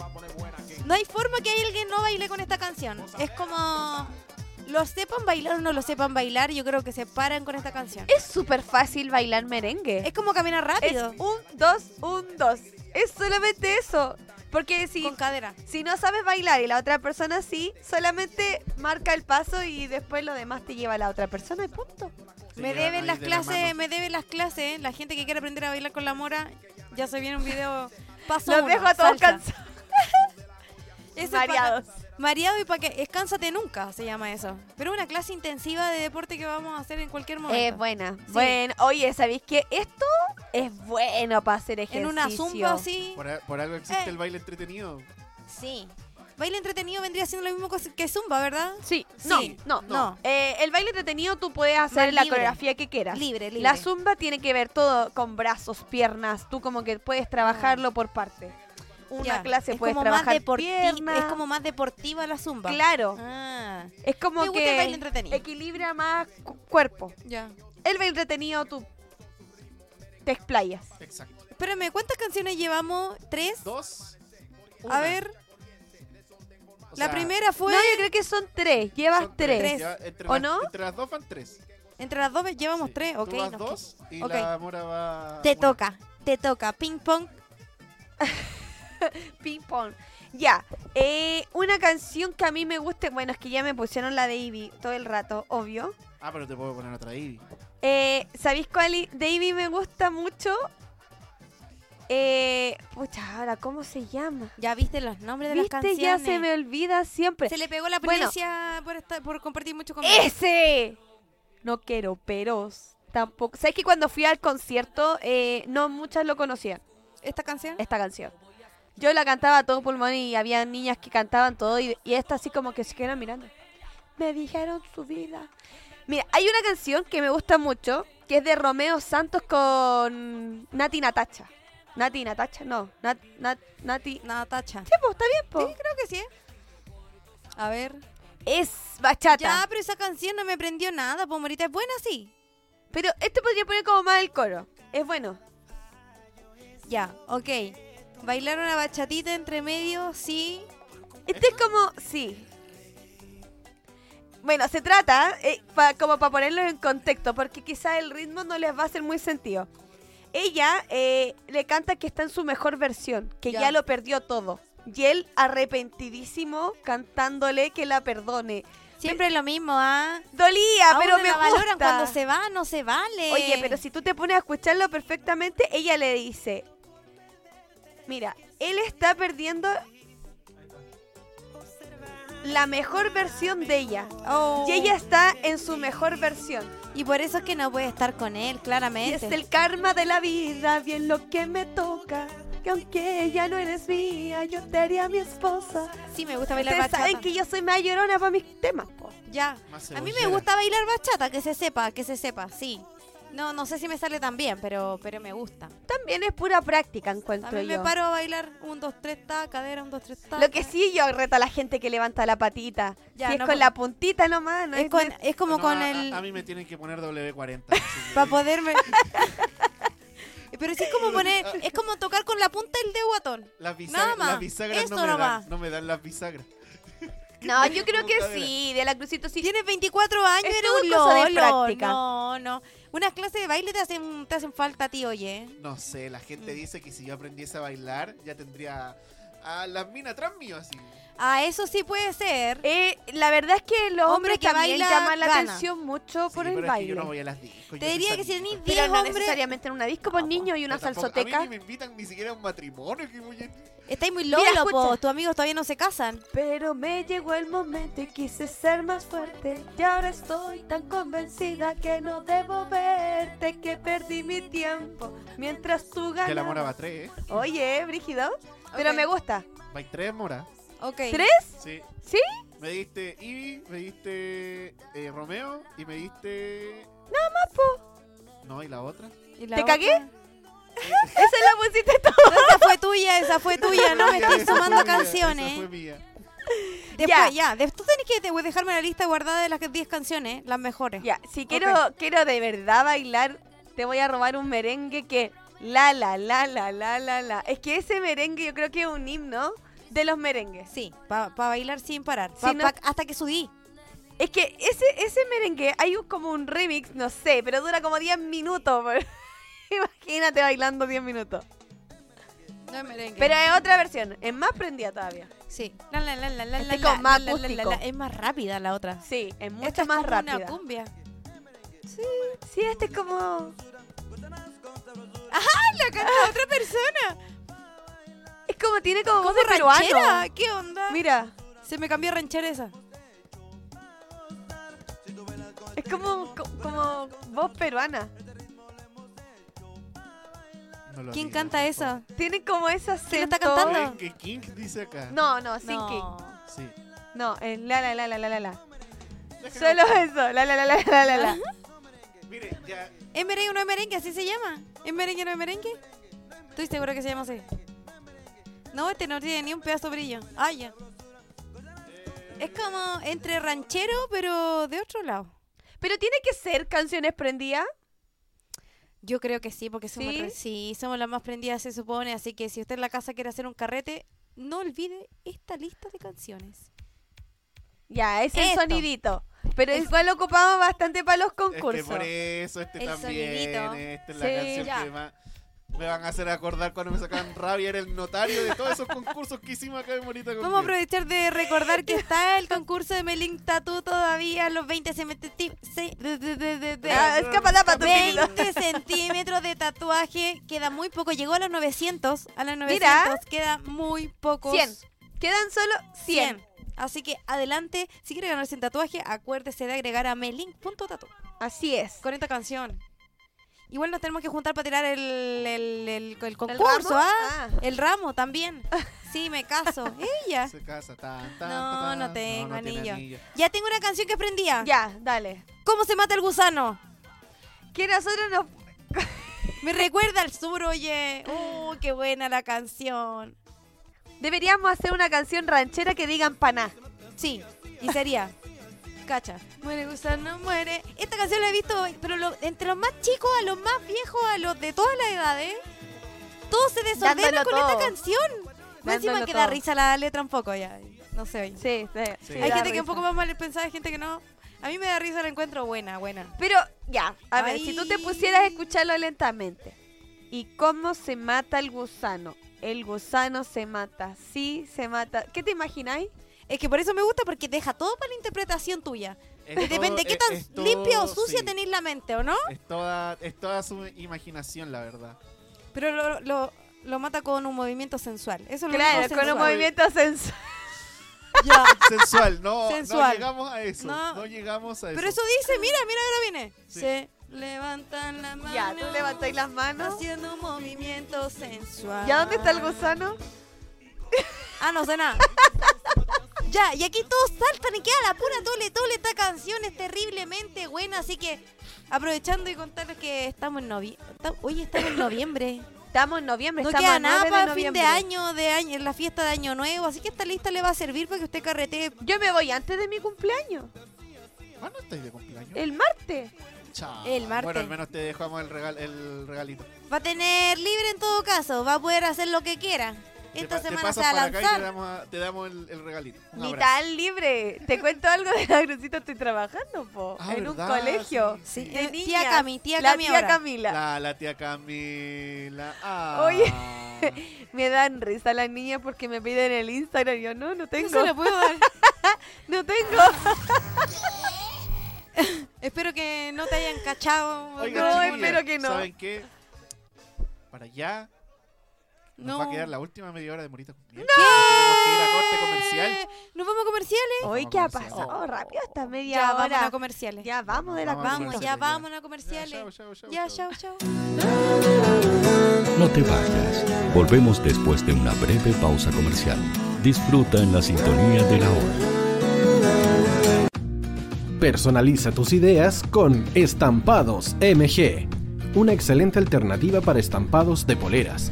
Speaker 4: No hay forma que alguien no baile con esta canción. Es como. Lo sepan bailar o no lo sepan bailar, yo creo que se paran con esta canción.
Speaker 3: Es súper fácil bailar merengue.
Speaker 4: Es como caminar
Speaker 3: Es
Speaker 4: rápido.
Speaker 3: un, dos, un, dos. Es solamente eso. Porque si,
Speaker 4: Con cadera.
Speaker 3: si no sabes bailar y la otra persona sí, solamente marca el paso y después lo demás te lleva la otra persona y punto.
Speaker 5: Se
Speaker 4: Me
Speaker 5: llevan
Speaker 4: deben
Speaker 5: ahí
Speaker 4: las
Speaker 5: de la
Speaker 4: clases,
Speaker 5: mano.
Speaker 4: me deben las clases. La gente que quiere aprender a bailar con la mora, ya se viene un video. Paso
Speaker 3: Los
Speaker 4: uno,
Speaker 3: dejo a todos
Speaker 4: salsa.
Speaker 3: cansados,
Speaker 4: Eso es pa-
Speaker 3: mareados.
Speaker 4: Mareado y para que escánsate nunca, se llama eso. Pero una clase intensiva de deporte que vamos a hacer en cualquier
Speaker 3: Eh,
Speaker 4: momento.
Speaker 3: buena. Bueno, oye, ¿sabéis que esto es bueno para hacer ejercicio?
Speaker 4: en una zumba así.
Speaker 5: Por, a- por algo existe
Speaker 4: Eh.
Speaker 5: el baile entretenido.
Speaker 4: Sí. Baile entretenido vendría siendo lo mismo cos- que zumba, ¿verdad?
Speaker 3: Sí,
Speaker 4: Sí.
Speaker 3: no, no.
Speaker 4: No.
Speaker 3: Eh, el baile entretenido tú puedes hacer
Speaker 4: Más
Speaker 3: la
Speaker 4: libre.
Speaker 3: coreografía que quieras.
Speaker 4: Libre, libre.
Speaker 3: La zumba tiene que ver todo con brazos, piernas. Tú como que puedes trabajarlo por parte. Una
Speaker 4: Ah. Ya.
Speaker 3: clase
Speaker 4: es
Speaker 3: puedes
Speaker 4: como más
Speaker 3: trabajar
Speaker 4: deporti-
Speaker 3: piernas.
Speaker 4: Es como más deportiva la zumba.
Speaker 3: Claro.
Speaker 4: Ah.
Speaker 3: Es como
Speaker 4: Me gusta el baile
Speaker 3: que
Speaker 4: entretenido.
Speaker 3: equilibra más cu- cuerpo.
Speaker 4: Ya.
Speaker 3: El baile entretenido tú te explayas.
Speaker 5: Exacto.
Speaker 4: Espérame, ¿cuántas canciones llevamos? ¿Tres?
Speaker 5: Dos.
Speaker 4: A
Speaker 5: una.
Speaker 4: ver,
Speaker 5: O
Speaker 4: la
Speaker 5: sea,
Speaker 4: primera fue.
Speaker 3: no, yo creo que son tres. Llevas
Speaker 5: son
Speaker 3: tres.
Speaker 4: Pues Tres.
Speaker 5: Ya, entre
Speaker 3: ¿O
Speaker 5: las-
Speaker 3: no?
Speaker 5: Entre las dos van tres.
Speaker 4: Entre las dos ve- llevamos
Speaker 5: Sí.
Speaker 4: tres, ok.
Speaker 5: Tú vas
Speaker 4: nos
Speaker 5: dos y
Speaker 4: Ok.
Speaker 5: la mora va.
Speaker 4: queda- Te
Speaker 5: una.
Speaker 4: toca, te toca. Ping pong.
Speaker 3: Ping pong. Ya. eh, una canción que a mí me guste. Bueno, es que ya me pusieron la de Ivy todo el rato, obvio.
Speaker 5: Ah, pero te puedo poner otra ahí.
Speaker 3: Eh, ¿Sabéis cuál i- de Ivy me gusta mucho? Eh, pucha, ahora, ¿cómo se llama?
Speaker 4: Ya viste los nombres de las
Speaker 3: Viste,
Speaker 4: canciones.
Speaker 3: ya se me olvida siempre.
Speaker 4: Se le pegó la
Speaker 3: Bueno.
Speaker 4: policía por, esta- por compartir mucho conmigo.
Speaker 3: ¡Ese! No quiero peros. Tampoco. ¿Sabes que cuando fui al concierto, eh, no muchas lo conocían,
Speaker 4: ¿Esta canción?
Speaker 3: esta canción? Yo la cantaba a todo pulmón y había niñas que cantaban todo y, y esta así como que se quedan mirando. Me dijeron su vida. Mira, hay una canción que me gusta mucho, que es de Romeo Santos con Nati Natacha. Nati Natacha, no. Nat, Nat- Nati.
Speaker 4: Natacha.
Speaker 3: Sí, po, está bien, po.
Speaker 4: Sí, creo que sí. ¿eh? A ver.
Speaker 3: Es bachata.
Speaker 4: Ya, pero esa canción no me prendió nada. Pues Morita es buena, sí.
Speaker 3: Pero este podría poner como más el coro. Es bueno.
Speaker 4: Ya, ok. Bailar una bachatita entre medio, sí.
Speaker 3: Este es como, sí. Bueno, se trata, eh, pa- como para ponerlo en contexto, porque quizá el ritmo no les va a hacer muy sentido. Ella eh, le canta que está en su mejor versión, que
Speaker 4: Ya.
Speaker 3: ya lo perdió todo. Y él arrepentidísimo cantándole que la perdone.
Speaker 4: Siempre lo mismo, ¿ah?
Speaker 3: Dolía,
Speaker 4: A
Speaker 3: pero
Speaker 4: uno
Speaker 3: me
Speaker 4: la valoran
Speaker 3: gusta.
Speaker 4: cuando se va, no se vale.
Speaker 3: Oye, pero si tú te pones a escucharlo perfectamente, ella le dice, mira, él está perdiendo la mejor versión de ella.
Speaker 4: Oh.
Speaker 3: Y ella está en su mejor versión.
Speaker 4: Y por eso es que no puede estar con él,
Speaker 3: Y
Speaker 4: claramente.
Speaker 3: es el karma de la vida, bien lo que me toca. Que aunque ya no eres mía, yo te haría mi esposa.
Speaker 4: Sí, me gusta bailar
Speaker 3: Ustedes
Speaker 4: bachata.
Speaker 3: saben que yo soy más llorona para mis temas, po.
Speaker 4: Ya.
Speaker 5: Más
Speaker 4: A mí me
Speaker 5: cebollera.
Speaker 4: gusta bailar bachata, que se sepa, que se sepa, sí. No, no sé si me sale tan bien, pero, pero me gusta.
Speaker 3: También es pura práctica, encuentro
Speaker 4: También
Speaker 3: yo.
Speaker 4: me paro a bailar un, dos, tres, ta, cadera, un, dos, tres, ta.
Speaker 3: Lo que
Speaker 4: ta.
Speaker 3: sí yo reto a la gente que levanta la patita.
Speaker 4: Ya,
Speaker 3: si es
Speaker 4: no
Speaker 3: con
Speaker 4: con-
Speaker 3: la puntita nomás, no pues. es,
Speaker 4: es, con- es como
Speaker 5: No,
Speaker 4: con
Speaker 5: a- a-
Speaker 4: el...
Speaker 5: A, mí me tienen que poner W40. así que-
Speaker 4: Para poderme... pero sí es como poner... Es como tocar con la punta del dedo guatón.
Speaker 5: Las
Speaker 4: Nada
Speaker 5: bisagras,
Speaker 4: más.
Speaker 5: las bisagras
Speaker 4: Eso
Speaker 5: no, me
Speaker 4: nomás.
Speaker 5: dan, no me dan las bisagras.
Speaker 3: No, yo creo que
Speaker 5: Puntadera.
Speaker 3: sí, de la crucito sí.
Speaker 4: Tienes 24 años,
Speaker 3: Es
Speaker 4: eres
Speaker 3: todo
Speaker 4: un
Speaker 3: cosa de
Speaker 4: lolo.
Speaker 3: práctica.
Speaker 4: No, no. Unas clases de baile te hacen, te hacen falta a ti, oye.
Speaker 5: No sé, la gente
Speaker 4: Mm.
Speaker 5: dice que si yo aprendiese a bailar, ya tendría a las minas atrás mío así.
Speaker 4: Ah, eso sí puede ser.
Speaker 3: Eh, la verdad es que los
Speaker 4: Hombre
Speaker 3: hombres
Speaker 4: que
Speaker 3: también
Speaker 4: baila,
Speaker 3: llaman la
Speaker 4: gana.
Speaker 3: atención mucho
Speaker 5: Sí,
Speaker 3: por el
Speaker 5: pero es que
Speaker 3: baile.
Speaker 5: yo no voy a las discos. yo
Speaker 4: Te
Speaker 5: soy
Speaker 4: diría que si
Speaker 5: salsita.
Speaker 4: ni
Speaker 3: Pero
Speaker 4: 10
Speaker 3: no
Speaker 4: hombres...
Speaker 3: necesariamente en una disco, pues
Speaker 4: No,
Speaker 3: niños y una
Speaker 5: Yo tampoco-
Speaker 3: salsoteca.
Speaker 5: A mí ni me invitan ni siquiera a un matrimonio. Que voy a-
Speaker 4: Estáis muy
Speaker 3: Mira,
Speaker 4: lolo, po.
Speaker 3: escucha.
Speaker 4: Tus amigos todavía no se casan.
Speaker 3: Pero me llegó el momento y quise ser más fuerte. Y ahora estoy tan convencida que no debo verte, que perdí mi tiempo mientras tú
Speaker 5: Ya la
Speaker 3: ganas.
Speaker 5: mora va tres, ¿eh?
Speaker 3: Oye, Brígido, pero
Speaker 4: Ok.
Speaker 3: me gusta.
Speaker 5: Va tres mora.
Speaker 4: Ok.
Speaker 3: ¿Tres?
Speaker 5: Sí.
Speaker 3: ¿Sí?
Speaker 5: Me diste Ivy, me diste eh, Romeo y me diste. Nada más, po. No, y la otra.
Speaker 4: ¿Y la
Speaker 3: ¿Te
Speaker 4: otra?
Speaker 3: cagué? Esa la pusiste todo.
Speaker 4: No, esa fue tuya, esa fue tuya. No me
Speaker 5: Esa
Speaker 4: estés
Speaker 5: fue
Speaker 4: sumando
Speaker 5: mía, Esa
Speaker 4: canciones.
Speaker 5: fue mía.
Speaker 4: Después, ya. de- Tú tenés que de- dejarme la lista guardada de las 10 canciones, las mejores.
Speaker 3: Ya, si quiero, quiero de verdad bailar, te voy a robar un merengue que la la la la la la la. Es que ese merengue yo creo que es un himno de los merengues.
Speaker 4: Sí, para bailar sin parar.
Speaker 3: Si
Speaker 4: Pa-
Speaker 3: no-
Speaker 4: pa- hasta que subí.
Speaker 3: Es que ese, ese merengue hay un- como un remix, no sé, pero dura como 10 minutos. por- Imagínate bailando 10 minutos.
Speaker 4: No es merengue.
Speaker 3: Pero es otra versión, es más prendida todavía.
Speaker 4: sí. La, la, la, la, la,
Speaker 3: Este
Speaker 4: la,
Speaker 3: como
Speaker 4: la,
Speaker 3: más
Speaker 4: la, la, la,
Speaker 3: acústico.
Speaker 4: la. Es más rápida la otra.
Speaker 3: Sí, es mucho
Speaker 4: Esta es
Speaker 3: más
Speaker 4: como
Speaker 3: rápida.
Speaker 4: Una cumbia.
Speaker 3: Sí, este es como...
Speaker 4: La canta otra persona.
Speaker 3: Es como, tiene como voz
Speaker 4: ¿Cómo
Speaker 3: de peruano.
Speaker 4: ranchera? ¿Qué onda?
Speaker 3: Mira,
Speaker 4: Se me cambió ranchera esa.
Speaker 3: es como, co- como voz peruana.
Speaker 5: No lo
Speaker 4: ¿Quién
Speaker 5: digas,
Speaker 4: canta
Speaker 5: por
Speaker 4: esa?
Speaker 3: Tiene como ese
Speaker 4: ¿Quién
Speaker 3: acento.
Speaker 4: la está
Speaker 5: favor.
Speaker 4: cantando?
Speaker 5: Merengue King dice acá.
Speaker 3: No, no, sin kick.
Speaker 5: Sí.
Speaker 3: No, es la la la la la la la.
Speaker 5: Deja que
Speaker 3: Solo
Speaker 5: lo-
Speaker 3: eso, la la la la la la la.
Speaker 5: Mire, ya.
Speaker 4: ¿Es merengue o no es merengue? ¿Así se llama? ¿Es merengue o no es merengue? Estoy segura que se llama así. No, este no tiene ni un pedazo de brillo. Ah, ya. Es como entre ranchero, pero de otro lado.
Speaker 3: Pero tiene que ser canciones prendidas.
Speaker 4: Yo creo que sí, porque somos,
Speaker 3: ¿Sí?
Speaker 4: re- sí, somos las más prendidas, se supone. Así que si usted en la casa quiere hacer un carrete, no olvide esta lista de canciones.
Speaker 3: Ya, es el
Speaker 4: Esto.
Speaker 3: sonidito. Pero igual lo ocupamos bastante para los
Speaker 5: Es que
Speaker 3: concursos.
Speaker 5: por eso este
Speaker 4: El
Speaker 5: también.
Speaker 4: sonidito.
Speaker 5: Esta es
Speaker 3: Sí,
Speaker 5: la canción
Speaker 4: ya.
Speaker 5: que más. Me van a hacer acordar cuando me sacaban rabia. Era el notario de todos esos concursos que hicimos acá en Morita con
Speaker 4: Vamos a
Speaker 5: Miel.
Speaker 4: aprovechar de recordar que está el concurso de Melin Tatú todavía, los 20 centímetros.
Speaker 3: Ah, es capaz de apatar-
Speaker 4: 20 centímetros de tatuaje, queda muy poco. Llegó a los 900, a los 900,
Speaker 3: Mira.
Speaker 4: queda muy poco.
Speaker 3: 100. Quedan solo 100.
Speaker 4: Así que adelante, si quiere ganarse un tatuaje, acuérdese de agregar a melink.tatu.
Speaker 3: Así es.
Speaker 4: Con esta canción. Igual nos tenemos que juntar para tirar el, el, el- el concurso,
Speaker 3: ramo?
Speaker 4: ¿ah?
Speaker 3: Ah.
Speaker 4: El ramo también. Sí, me caso. Ella.
Speaker 5: Se casa, tan, tan,
Speaker 4: No,
Speaker 5: tan,
Speaker 4: no
Speaker 5: tan.
Speaker 4: tengo
Speaker 5: tiene
Speaker 4: anillo. Ya tengo una canción que aprendía.
Speaker 3: Ya, dale.
Speaker 4: ¿Cómo se mata el gusano?
Speaker 3: Que nosotros nos.
Speaker 4: Me recuerda al sur, oye. Uh, qué buena la canción.
Speaker 3: Deberíamos hacer una canción ranchera que digan paná.
Speaker 4: Sí, y sería. Cacha. Muere gusano, muere. Esta canción la he visto, pero lo- entre los más chicos, a los más viejos, a los de todas las edades, todos se desordenan
Speaker 3: Dándolo
Speaker 4: con
Speaker 3: todo.
Speaker 4: esta canción. Más encima
Speaker 3: Dándolo
Speaker 4: que da
Speaker 3: todo.
Speaker 4: risa la letra un poco ya. No sé. oye.
Speaker 3: Sí, sí.
Speaker 5: Sí.
Speaker 4: Hay gente que es un poco más mal pensada, hay gente que no. A mí me da risa, la encuentro buena, buena.
Speaker 3: Pero ya, a ver, si tú te
Speaker 4: Ay.
Speaker 3: pusieras a escucharlo lentamente. ¿Y cómo se mata el gusano? El gusano se mata, sí se mata. ¿Qué te imagináis?
Speaker 4: Es que por eso me gusta, porque deja todo para la interpretación tuya.
Speaker 5: Es
Speaker 4: Que Pues Depende de
Speaker 5: todo-
Speaker 4: qué
Speaker 5: es-
Speaker 4: tan
Speaker 5: es todo-
Speaker 4: limpia o sucia
Speaker 5: sí,
Speaker 4: tenéis la mente, ¿o no?
Speaker 5: Es toda, es toda su imaginación, la verdad.
Speaker 4: Pero lo, lo, lo mata con un movimiento sensual. Eso es lo
Speaker 3: Claro,
Speaker 4: único
Speaker 3: con un
Speaker 4: sensual.
Speaker 3: movimiento sensual.
Speaker 5: Sensual, no, no
Speaker 4: Sensual.
Speaker 5: llegamos a eso.
Speaker 4: No.
Speaker 5: No, llegamos a eso.
Speaker 4: Pero eso dice, mira, mira, ahora viene.
Speaker 5: Sí.
Speaker 4: Se levantan la mano.
Speaker 3: Ya, tú levantáis las manos.
Speaker 4: Haciendo un movimiento sensual.
Speaker 3: ¿Ya dónde está el gusano?
Speaker 4: Ah, no sé nada. ya, y aquí todos saltan y queda la pura tole tole. Esta canción es terriblemente buena, así que aprovechando y contarles que estamos en noviembre. Oye, estamos en noviembre.
Speaker 3: Estamos en noviembre,
Speaker 4: No
Speaker 3: estamos
Speaker 4: queda
Speaker 3: a
Speaker 4: nada
Speaker 3: 9
Speaker 4: para
Speaker 3: de
Speaker 4: fin de
Speaker 3: noviembre.
Speaker 4: año, de año, la fiesta de año nuevo, así que esta lista le va a servir para que usted carretee.
Speaker 3: Yo me voy antes de mi cumpleaños,
Speaker 5: ¿Cuándo estáis Ah, de cumpleaños?
Speaker 3: el martes.
Speaker 5: Chao.
Speaker 4: el martes.
Speaker 5: Bueno, al menos te dejamos el, regal, el regalito.
Speaker 4: Va a tener libre en todo caso, va a poder hacer lo que quiera.
Speaker 5: Te
Speaker 4: Esta
Speaker 5: pa- te
Speaker 4: semana se
Speaker 5: pasas
Speaker 4: va a
Speaker 5: para acá y te
Speaker 4: lanzar.
Speaker 5: damos, a- te damos el, el regalito. Un
Speaker 3: Ni
Speaker 5: abrazo.
Speaker 3: tan libre. Te cuento algo de la Grusita, estoy trabajando, po.
Speaker 5: Ah,
Speaker 3: en
Speaker 5: ¿verdad?
Speaker 3: un colegio.
Speaker 5: Sí, sí.
Speaker 3: de
Speaker 4: Eh,
Speaker 3: niñas.
Speaker 4: tía Cami, tía
Speaker 3: la
Speaker 4: Cami
Speaker 3: tía
Speaker 4: ahora.
Speaker 3: Camila.
Speaker 5: La, la tía Camila. Ah.
Speaker 3: Oye. Me dan risa las niñas porque me piden el Instagram. Yo no, no tengo.
Speaker 4: se lo puedo dar.
Speaker 3: No tengo.
Speaker 4: Espero que no te hayan cachado.
Speaker 5: Oigan,
Speaker 3: No,
Speaker 5: chiquillas,
Speaker 3: espero que no.
Speaker 5: ¿Saben qué? Para allá nos
Speaker 4: No.
Speaker 5: va a quedar la última media hora de Morita con Miel. Tenemos que ir a corte comercial.
Speaker 4: Eh, Nos vamos a comerciales.
Speaker 3: Hoy
Speaker 5: Vamos
Speaker 3: qué
Speaker 5: a
Speaker 3: ha
Speaker 5: comerciales.
Speaker 3: pasado
Speaker 6: Oh,
Speaker 3: rápido esta media
Speaker 4: Ya,
Speaker 3: hora.
Speaker 4: vamos a comerciales.
Speaker 3: ya vamos de la
Speaker 5: Vamos a
Speaker 3: vamos,
Speaker 4: Vamos, ya
Speaker 5: comerciales,
Speaker 4: vamos a
Speaker 5: Ya,
Speaker 4: comerciales.
Speaker 5: chao, chao, chao,
Speaker 4: Ya,
Speaker 5: chao.
Speaker 4: chao, chao.
Speaker 7: No te vayas. Volvemos después de una breve pausa comercial. Disfruta en la sintonía de la hora.
Speaker 8: Personaliza tus ideas con Estampados MG, una excelente alternativa para estampados de poleras,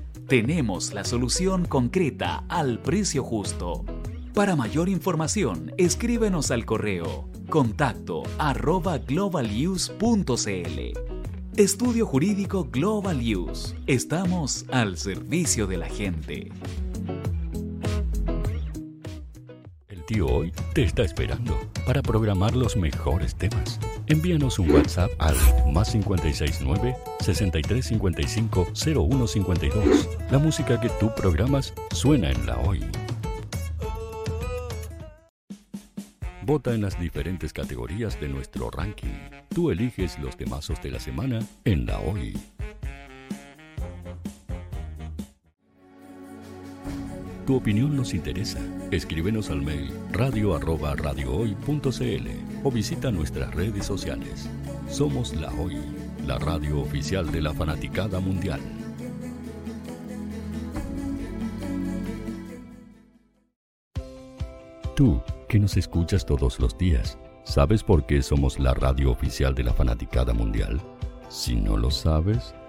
Speaker 9: Tenemos la solución concreta al precio justo. Para mayor información, escríbenos al correo contacto arroba globaluse.cl. Estudio Jurídico Global Use. Estamos al servicio de la gente.
Speaker 7: El tío hoy te está esperando para programar los mejores temas. Envíanos un WhatsApp al más 569 6355 0152. La música que tú programas suena en la hoy. Vota en las diferentes categorías de nuestro ranking. Tú eliges los temazos de la semana en la hoy. Tu opinión nos interesa. Escríbenos al mail radio arroba radiohoy.cl o visita nuestras redes sociales. Somos La Hoy, la radio oficial de la fanaticada mundial. Tú, que nos escuchas todos los días, ¿sabes por qué somos la radio oficial de la fanaticada mundial? Si no lo sabes,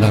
Speaker 7: La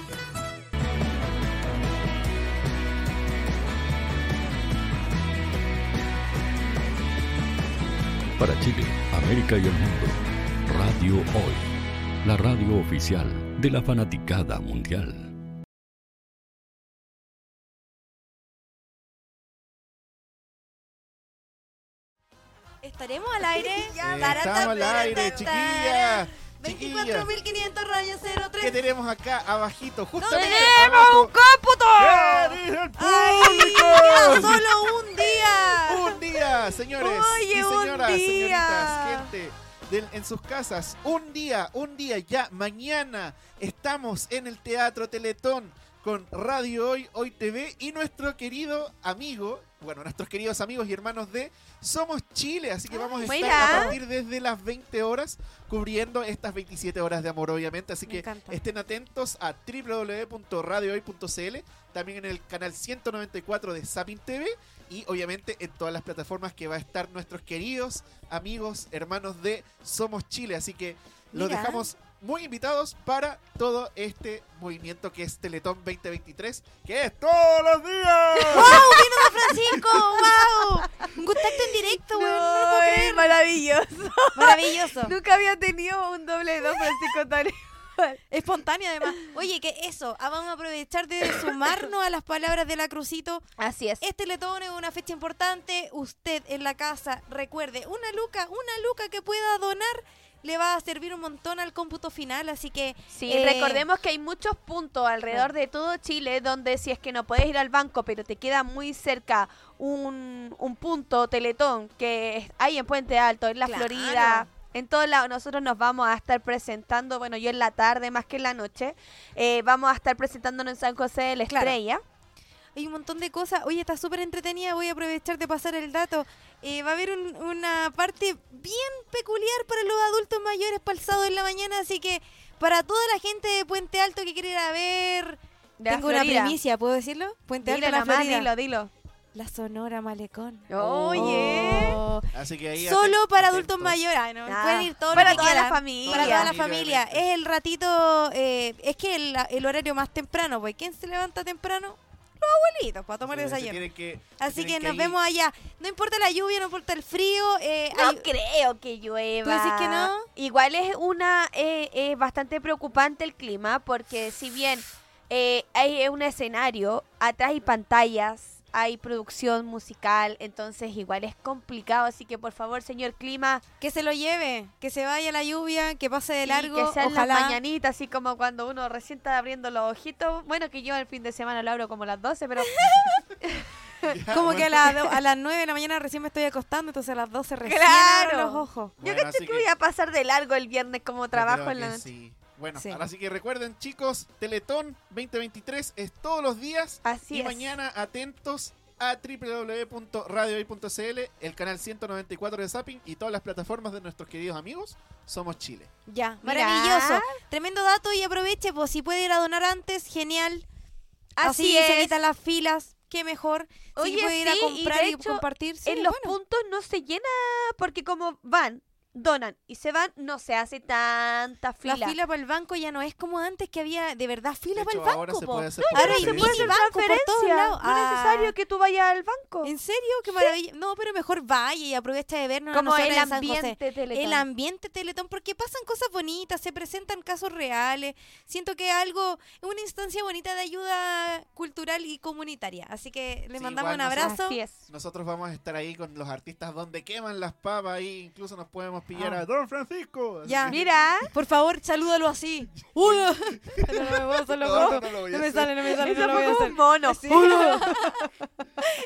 Speaker 7: para Chile, América y el mundo. Radio Hoy, la radio oficial de la fanaticada mundial.
Speaker 4: ¿Estaremos al aire?
Speaker 5: Ya, estamos al aire, chiquilla.
Speaker 4: 24.500 rayos 03.
Speaker 5: ¿Qué tenemos acá abajito? Justamente
Speaker 4: ¡Tenemos
Speaker 5: abajo.
Speaker 4: un cómputo!
Speaker 5: ¿Qué dice el público?
Speaker 4: Ay, solo un día.
Speaker 5: un día, señores
Speaker 4: Oye,
Speaker 5: y
Speaker 4: un
Speaker 5: señoras,
Speaker 4: día.
Speaker 5: señoritas, gente del- en sus casas. Un día, un día ya, mañana estamos en el Teatro Teletón con Radio Hoy, Hoy TV y nuestro querido amigo, bueno, nuestros queridos amigos y hermanos de Somos Chile, así que vamos a estar
Speaker 4: mira.
Speaker 5: a partir desde las 20 horas cubriendo estas 27 horas de amor, obviamente, así
Speaker 4: Me
Speaker 5: que
Speaker 4: encanta.
Speaker 5: estén atentos a www.radiohoy.cl, también en el canal 194 de Sapin TV y obviamente en todas las plataformas que va a estar nuestros queridos amigos, hermanos de Somos Chile. Así que los
Speaker 4: Mira.
Speaker 5: dejamos muy invitados para todo este movimiento que es Teletón 2023, que es todos los
Speaker 4: ¡Wow!
Speaker 5: días.
Speaker 4: ¡Vino Don Francisco! ¡Wow! Un contacto en directo, weón. No, lo puedo creer.
Speaker 3: maravilloso.
Speaker 4: Maravilloso.
Speaker 3: Nunca había tenido un doble dos Francisco tan igual.
Speaker 4: Espontáneo, además. Oye, que eso, ah, vamos a aprovechar de sumarnos a las palabras de la Crucito.
Speaker 3: Así es.
Speaker 4: Este letón es una fecha importante. Usted en la casa, recuerde, una luca, una luca que pueda donar le va a servir un montón al cómputo final. Así que.
Speaker 3: Sí,
Speaker 4: eh,
Speaker 3: recordemos que hay muchos puntos alrededor de todo Chile donde si es que no puedes ir al banco, pero te queda muy cerca un, un punto teletón que es- hay en Puente Alto, en la
Speaker 4: Claro.
Speaker 3: Florida. En todos lados, nosotros nos vamos a estar presentando, bueno, yo en la tarde más que en la noche, eh, vamos a estar presentándonos en San José de la
Speaker 4: Claro.
Speaker 3: Estrella.
Speaker 4: Hay un montón de cosas. Oye, está súper entretenida. Voy a aprovechar de pasar el dato. Eh, va a haber un- una parte bien peculiar para los adultos mayores para el sábado en la mañana. Así que para toda la gente de Puente Alto que quiere ir a ver.
Speaker 3: De la
Speaker 4: Tengo una
Speaker 3: Florida.
Speaker 4: primicia, ¿puedo decirlo? Puente
Speaker 3: Dilo
Speaker 4: Alto, la
Speaker 3: nomás,
Speaker 4: Florida.
Speaker 3: dilo, dilo.
Speaker 4: La Sonora Malecón.
Speaker 3: Oye.
Speaker 4: Oh.
Speaker 5: Así que ahí
Speaker 4: Solo
Speaker 5: atentos,
Speaker 4: para
Speaker 5: atentos.
Speaker 4: adultos mayores. Ah, no,
Speaker 3: Ah,
Speaker 4: pueden ir todos
Speaker 3: para
Speaker 4: los que
Speaker 3: toda la
Speaker 4: quieran.
Speaker 3: familia.
Speaker 4: Para toda la
Speaker 5: Familia,
Speaker 4: familia. Es el ratito, eh, es que el, el horario más temprano, pues ¿quién se levanta temprano? Los abuelitos, para tomar
Speaker 5: Se
Speaker 4: desayuno.
Speaker 5: tienen que-
Speaker 4: Así
Speaker 5: tienen
Speaker 4: que nos
Speaker 5: ir.
Speaker 4: vemos allá. No importa la lluvia, no importa el frío. eh,
Speaker 3: No
Speaker 4: hay-
Speaker 3: creo que llueva.
Speaker 4: ¿Tú decís pues que no?
Speaker 3: Igual es una eh, eh, bastante preocupante el clima porque si bien eh, hay un escenario, atrás hay pantallas, hay producción musical, entonces igual es complicado, así que por favor, señor Clima,
Speaker 4: que se lo lleve, que se vaya la lluvia, que pase de
Speaker 3: sí,
Speaker 4: largo,
Speaker 3: que sean
Speaker 4: ojalá.
Speaker 3: las mañanitas, así como cuando uno recién está abriendo los ojitos, bueno, que yo el fin de semana lo abro como a las 12, pero
Speaker 4: Como que a, la- a las 9 de la mañana recién me estoy acostando, entonces a las 12 recién
Speaker 3: Claro.
Speaker 4: abro los ojos.
Speaker 3: yo
Speaker 5: Bueno,
Speaker 3: caché
Speaker 5: así
Speaker 3: que
Speaker 5: que-
Speaker 3: voy a pasar de largo el viernes como trabajo
Speaker 5: creo
Speaker 3: en la
Speaker 5: que
Speaker 3: noche.
Speaker 5: sí. Bueno,
Speaker 3: Sí.
Speaker 5: ahora sí que recuerden, chicos, Teletón 2023 es todos los días.
Speaker 3: Así
Speaker 5: y
Speaker 3: es.
Speaker 5: mañana atentos a www.radiohoy.cl, el canal 194 de Zapping y todas las plataformas de nuestros queridos amigos Somos Chile.
Speaker 4: Ya,
Speaker 3: Mira.
Speaker 4: maravilloso. Tremendo dato y aproveche, pues si puede ir a donar antes, genial.
Speaker 3: Así
Speaker 4: Así, se
Speaker 3: es.
Speaker 4: evitan las filas, qué mejor.
Speaker 3: Oye,
Speaker 4: si puede ir a
Speaker 3: sí, y
Speaker 4: comprar
Speaker 3: de
Speaker 4: y,
Speaker 3: hecho,
Speaker 4: compartir, sí,
Speaker 3: en los
Speaker 4: bueno.
Speaker 3: puntos no se llena porque como van, donan y se van, no se hace tanta fila.
Speaker 4: La fila para el banco ya no es como antes que había de verdad fila
Speaker 5: De
Speaker 4: para el
Speaker 5: hecho,
Speaker 4: banco.
Speaker 5: ahora se
Speaker 4: po.
Speaker 5: puede hacer
Speaker 4: No, ahora hay
Speaker 5: transferencia.
Speaker 4: mini
Speaker 5: Se
Speaker 3: puede hacer
Speaker 4: banco por todos
Speaker 3: transferencia.
Speaker 4: lados. Ah.
Speaker 3: No es necesario que tú vayas al banco.
Speaker 4: ¿En serio? Qué maravilla. No, pero mejor vaya y aprovecha de vernos. a
Speaker 3: Como
Speaker 4: nosotras
Speaker 3: el
Speaker 4: en San José.
Speaker 3: ambiente Teletón.
Speaker 4: El ambiente Teletón, porque pasan cosas bonitas, se presentan casos reales. Siento que algo, es una instancia bonita de ayuda cultural y comunitaria. Así que le
Speaker 5: Sí,
Speaker 4: mandamos
Speaker 5: igual
Speaker 4: un
Speaker 5: nosotros-
Speaker 4: abrazo.
Speaker 5: Nosotros vamos a estar ahí con los artistas donde queman las papas y incluso nos podemos pillar a Don Francisco. Así
Speaker 4: Ah. Ya.
Speaker 5: que-
Speaker 3: Mira,
Speaker 4: Por favor, salúdalo así. Uno. No, no, no, solo
Speaker 5: No,
Speaker 4: uno.
Speaker 5: no lo voy a
Speaker 4: No me
Speaker 5: hacer.
Speaker 4: sale, no me sale.
Speaker 3: Eso
Speaker 4: no lo
Speaker 3: fue
Speaker 4: voy a
Speaker 3: como
Speaker 4: hacer.
Speaker 3: un mono.
Speaker 4: Sí.
Speaker 3: Uno.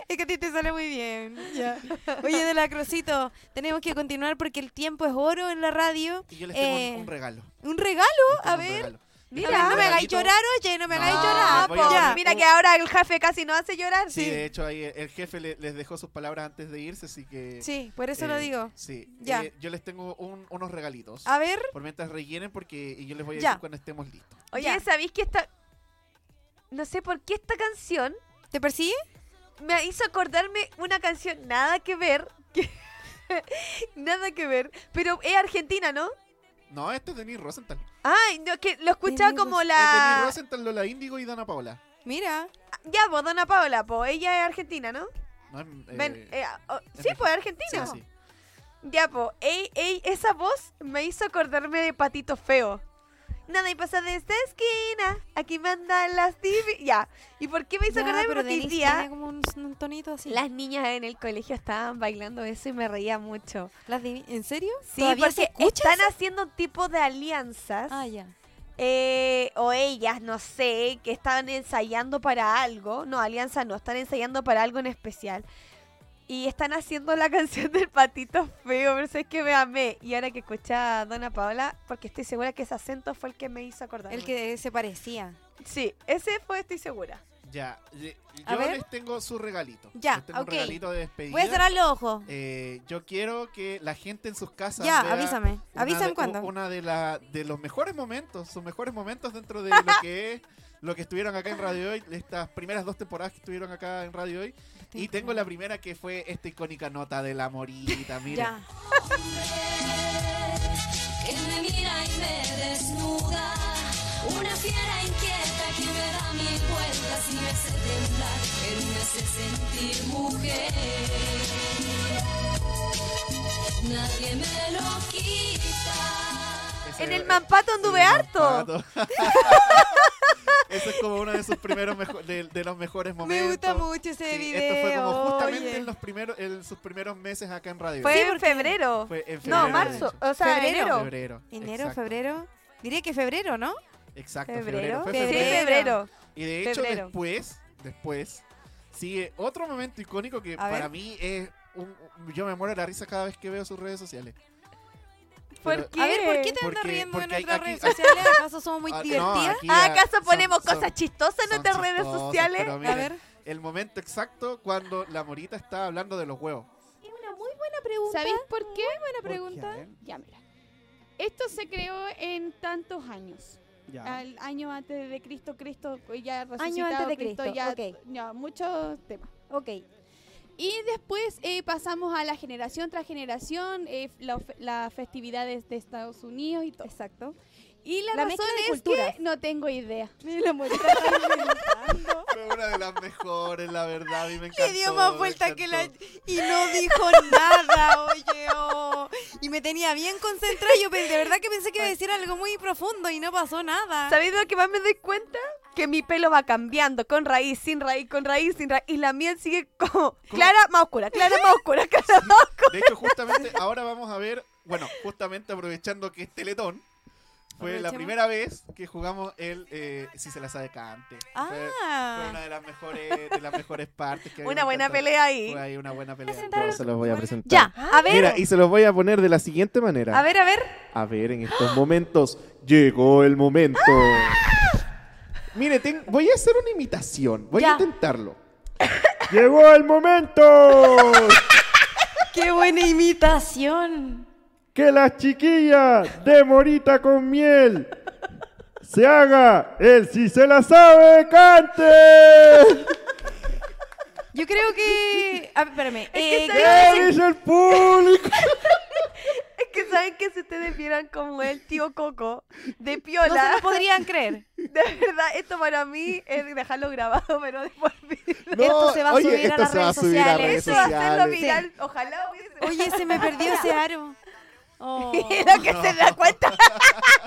Speaker 4: es que a ti te sale muy bien. Ya. Oye, de la Crosito, tenemos que continuar porque el tiempo es oro en la radio.
Speaker 5: Y yo les tengo un-
Speaker 4: Eh,
Speaker 5: un regalo.
Speaker 4: ¿Un regalo?
Speaker 5: Les tengo
Speaker 4: A
Speaker 5: un
Speaker 4: ver.
Speaker 5: regalo.
Speaker 4: A ver, no me hagáis llorar, oye, no me hagáis
Speaker 5: No,
Speaker 4: llorar.
Speaker 5: les voy a
Speaker 4: po.
Speaker 5: poner
Speaker 4: Ya.
Speaker 5: un-
Speaker 3: Mira que ahora el jefe casi no hace llorar.
Speaker 5: Sí, de hecho ahí el jefe le- les dejó sus palabras antes de irse, así que...
Speaker 4: Sí, por eso
Speaker 5: Eh.
Speaker 4: lo digo.
Speaker 5: Sí,
Speaker 4: Ya.
Speaker 5: Eh, yo les tengo un- unos regalitos.
Speaker 4: A ver.
Speaker 5: Por mientras rellenen porque y yo les voy a
Speaker 4: Ya.
Speaker 5: decir cuando estemos listos.
Speaker 3: Oye,
Speaker 4: Ya.
Speaker 3: ¿sabéis que esta... No sé por qué esta canción
Speaker 4: ¿Te persigue?
Speaker 3: me hizo acordarme una canción nada que ver. que- nada que ver. Pero es argentina, ¿no?
Speaker 5: No, este es Denis Rosenthal.
Speaker 3: Ay, no, que lo escuchaba
Speaker 4: Denis
Speaker 3: como
Speaker 5: Es Denis
Speaker 3: la...
Speaker 5: Rosenthal, Lola Índigo y Dana Paola.
Speaker 4: Mira.
Speaker 3: Ya, pues, Dona Paola, pues, ella es argentina, ¿no?
Speaker 5: No, es-
Speaker 3: Ven,
Speaker 5: eh,
Speaker 3: eh, oh,
Speaker 5: es
Speaker 3: sí,
Speaker 5: mexi-
Speaker 3: pues,
Speaker 5: sí,
Speaker 3: argentina.
Speaker 5: sí.
Speaker 3: Ya, po, ey, ey, esa voz me hizo acordarme de Patito Feo. Nada, y pasa de esta esquina, aquí mandan las divi... Ya, ¿y por qué me hizo
Speaker 4: Ya,
Speaker 3: acordarme?
Speaker 4: pero
Speaker 3: Porque hoy
Speaker 4: Denise
Speaker 3: día
Speaker 4: tenía como un, un tonito así.
Speaker 3: las niñas en el colegio estaban bailando eso y me reía mucho.
Speaker 4: Las divi- ¿En serio?
Speaker 3: Sí,
Speaker 4: ¿Todavía se
Speaker 3: porque
Speaker 4: escucha
Speaker 3: están haciendo un tipo de alianzas,
Speaker 4: Ah, ya.
Speaker 3: eh, o ellas, no sé, que estaban ensayando para algo. No, alianza no, están ensayando para algo en especial. Y están haciendo la canción del patito feo, pero es que me amé. Y ahora que escucha a Dona Paola, porque estoy segura que ese acento fue el que me hizo acordar.
Speaker 4: El que se parecía.
Speaker 3: Sí, ese fue, estoy segura.
Speaker 5: Ya, ye-
Speaker 4: A
Speaker 5: yo
Speaker 4: ver.
Speaker 5: les tengo su regalito.
Speaker 4: Ya,
Speaker 5: les tengo
Speaker 4: ok.
Speaker 5: un regalito de despedida.
Speaker 4: Voy a cerrar los ojos.
Speaker 5: Eh, yo quiero que la gente en sus casas.
Speaker 4: Ya,
Speaker 5: vea
Speaker 4: avísame.
Speaker 5: una
Speaker 4: Avísame
Speaker 5: de-
Speaker 4: cuándo.
Speaker 5: u- Una de, la, de los mejores momentos, sus mejores momentos dentro de lo que es. Lo que estuvieron acá en Radio Hoy, estas primeras dos temporadas que estuvieron acá en Radio Hoy. Y tengo la primera que fue esta icónica nota de la morita, mira.
Speaker 4: Ya.
Speaker 1: Que me mira y me desnuda, una fiera inquieta que me da mil vueltas y me hace temblar, él me hace sentir mujer. Nadie me lo quita.
Speaker 5: Ese-
Speaker 3: En el Mampato anduve harto.
Speaker 5: Mampato. Ese es como uno de sus primeros mejo- de, de los mejores momentos.
Speaker 4: Me gusta mucho ese
Speaker 5: Sí,
Speaker 4: video.
Speaker 5: Esto fue como justamente
Speaker 4: oye.
Speaker 5: en los primeros, en sus primeros meses acá en radio.
Speaker 3: Fue
Speaker 4: Sí,
Speaker 3: en
Speaker 4: porque-
Speaker 3: febrero.
Speaker 5: Fue en febrero,
Speaker 3: No,
Speaker 5: de
Speaker 3: marzo,
Speaker 5: hecho.
Speaker 3: o sea,
Speaker 4: Febrero.
Speaker 3: enero.
Speaker 5: Febrero.
Speaker 4: Enero,
Speaker 5: exacto,
Speaker 4: febrero. Diría que febrero, ¿no?
Speaker 5: Exacto, febrero.
Speaker 3: Febrero.
Speaker 5: fue
Speaker 3: Sí,
Speaker 5: febrero.
Speaker 3: febrero.
Speaker 5: Y de hecho
Speaker 3: Febrero.
Speaker 5: después, después sigue otro momento icónico que
Speaker 4: A
Speaker 5: para
Speaker 4: ver.
Speaker 5: mí es un- un- yo me muero de la risa cada vez que veo sus redes sociales.
Speaker 3: ¿Por qué?
Speaker 4: A ver, ¿por qué te andas
Speaker 5: Porque-
Speaker 4: riendo de
Speaker 5: porque hay-
Speaker 4: nuestras
Speaker 5: aquí-
Speaker 4: redes sociales? ¿Acaso somos muy
Speaker 5: Ah, no,
Speaker 4: divertidas?
Speaker 5: aquí
Speaker 3: Ah,
Speaker 5: ya
Speaker 3: ¿Acaso
Speaker 5: son-
Speaker 3: ponemos
Speaker 5: son-
Speaker 3: cosas chistosas en
Speaker 5: son
Speaker 3: nuestras redes
Speaker 5: chistosos,
Speaker 3: sociales?
Speaker 5: pero
Speaker 4: A
Speaker 5: miren,
Speaker 4: ver,
Speaker 5: El momento exacto cuando la morita estaba hablando de los huevos.
Speaker 10: Es una muy buena pregunta.
Speaker 11: ¿Sabéis por qué?
Speaker 10: buena
Speaker 11: ¿Por qué?
Speaker 10: pregunta.
Speaker 11: A ver.
Speaker 2: eh?
Speaker 10: Ya, mira. Esto se creó en tantos años.
Speaker 11: Ya.
Speaker 10: Al año antes de Cristo, Cristo pues, ya resucitado.
Speaker 11: antes de Cristo,
Speaker 10: ya,
Speaker 11: ok.
Speaker 10: ya, muchos temas. Ok. Y después eh, pasamos a la generación tras generación, eh, la of- las festividades de Estados Unidos y todo. Exacto. Y la,
Speaker 11: La
Speaker 10: razón
Speaker 11: mezcla de
Speaker 10: es
Speaker 11: culturas.
Speaker 10: que no tengo idea.
Speaker 5: Fue una de las mejores, la verdad. A mí me encantó.
Speaker 4: le dio más
Speaker 5: me
Speaker 4: vuelta que la...
Speaker 5: encantó.
Speaker 4: Y no dijo nada, oye. oh. Y me tenía bien concentrada. Yo pe- de verdad que pensé que iba a decir algo muy profundo y no pasó nada.
Speaker 3: ¿Sabéis lo que más me doy cuenta? que mi pelo va cambiando con raíz, sin raíz, con raíz, sin raíz. Y la miel sigue como clara, más oscura, clara, más oscura, clara, más oscura.
Speaker 5: De hecho, justamente ahora vamos a ver, bueno, justamente aprovechando que es Teletón, fue la
Speaker 4: Aprovechemos.
Speaker 5: primera vez que jugamos el eh, Si se la sabe cante. Fue,
Speaker 4: Ah.
Speaker 5: fue una de las mejores, de las mejores partes que
Speaker 3: Una
Speaker 5: habíamos
Speaker 3: buena
Speaker 5: cantado.
Speaker 3: pelea ahí.
Speaker 5: Fue ahí una buena pelea.
Speaker 2: Yo se los voy a presentar.
Speaker 3: Ya,
Speaker 4: Ah.
Speaker 3: a ver.
Speaker 2: Mira, y se los voy a poner de la siguiente manera.
Speaker 3: A ver, a ver.
Speaker 2: A ver, en estos momentos llegó el momento. Mire, ten- voy a hacer una imitación. Voy a intentarlo. ¡Llegó el momento!
Speaker 4: ¡Qué buena imitación!
Speaker 2: ¡Que las chiquillas de Morita con miel se haga el si se la sabe cante!
Speaker 4: Yo creo que. Ah, espérame. eh,
Speaker 2: ¿Qué dice el público?
Speaker 3: Es que saben que si ustedes vieran como el tío Coco de
Speaker 4: no
Speaker 3: Piola.
Speaker 4: se lo podrían creer.
Speaker 3: De verdad, esto para mí es dejarlo grabado, pero después.
Speaker 2: No, Esto se va a oye, subir a esto las se va a redes subir a sociales. redes
Speaker 3: Eso va a hacerlo
Speaker 2: sociales.
Speaker 3: viral. Ojalá hubiese.
Speaker 4: Oye, se me perdió ese aro. Oh.
Speaker 3: Mira que se da cuenta.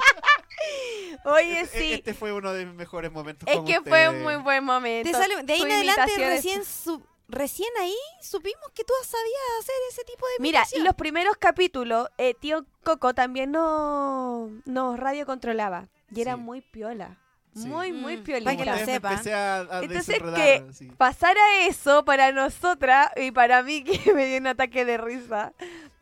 Speaker 4: E-,
Speaker 3: Oye,
Speaker 5: Este-
Speaker 3: sí.
Speaker 5: Este fue uno de mis mejores momentos.
Speaker 3: Es
Speaker 5: con
Speaker 3: que fue un
Speaker 5: ustedes.
Speaker 3: muy buen momento.
Speaker 4: Te salió- de ahí
Speaker 3: Tu
Speaker 4: en adelante
Speaker 3: imitación es-
Speaker 4: recién, su- recién ahí supimos que tú sabías hacer ese tipo de
Speaker 3: Mira, y
Speaker 4: imitación.
Speaker 3: los primeros capítulos, eh, tío Coco también no, nos radio controlaba. Y era muy piola. Muy, muy
Speaker 4: Mm,
Speaker 3: piolita.
Speaker 4: para que lo
Speaker 5: Ustedes me
Speaker 4: sepan.
Speaker 5: Empecé a, a
Speaker 3: Entonces
Speaker 5: desenredar,
Speaker 3: que
Speaker 5: sí.
Speaker 3: pasara eso para nosotras y para mí que me dio un ataque de risa,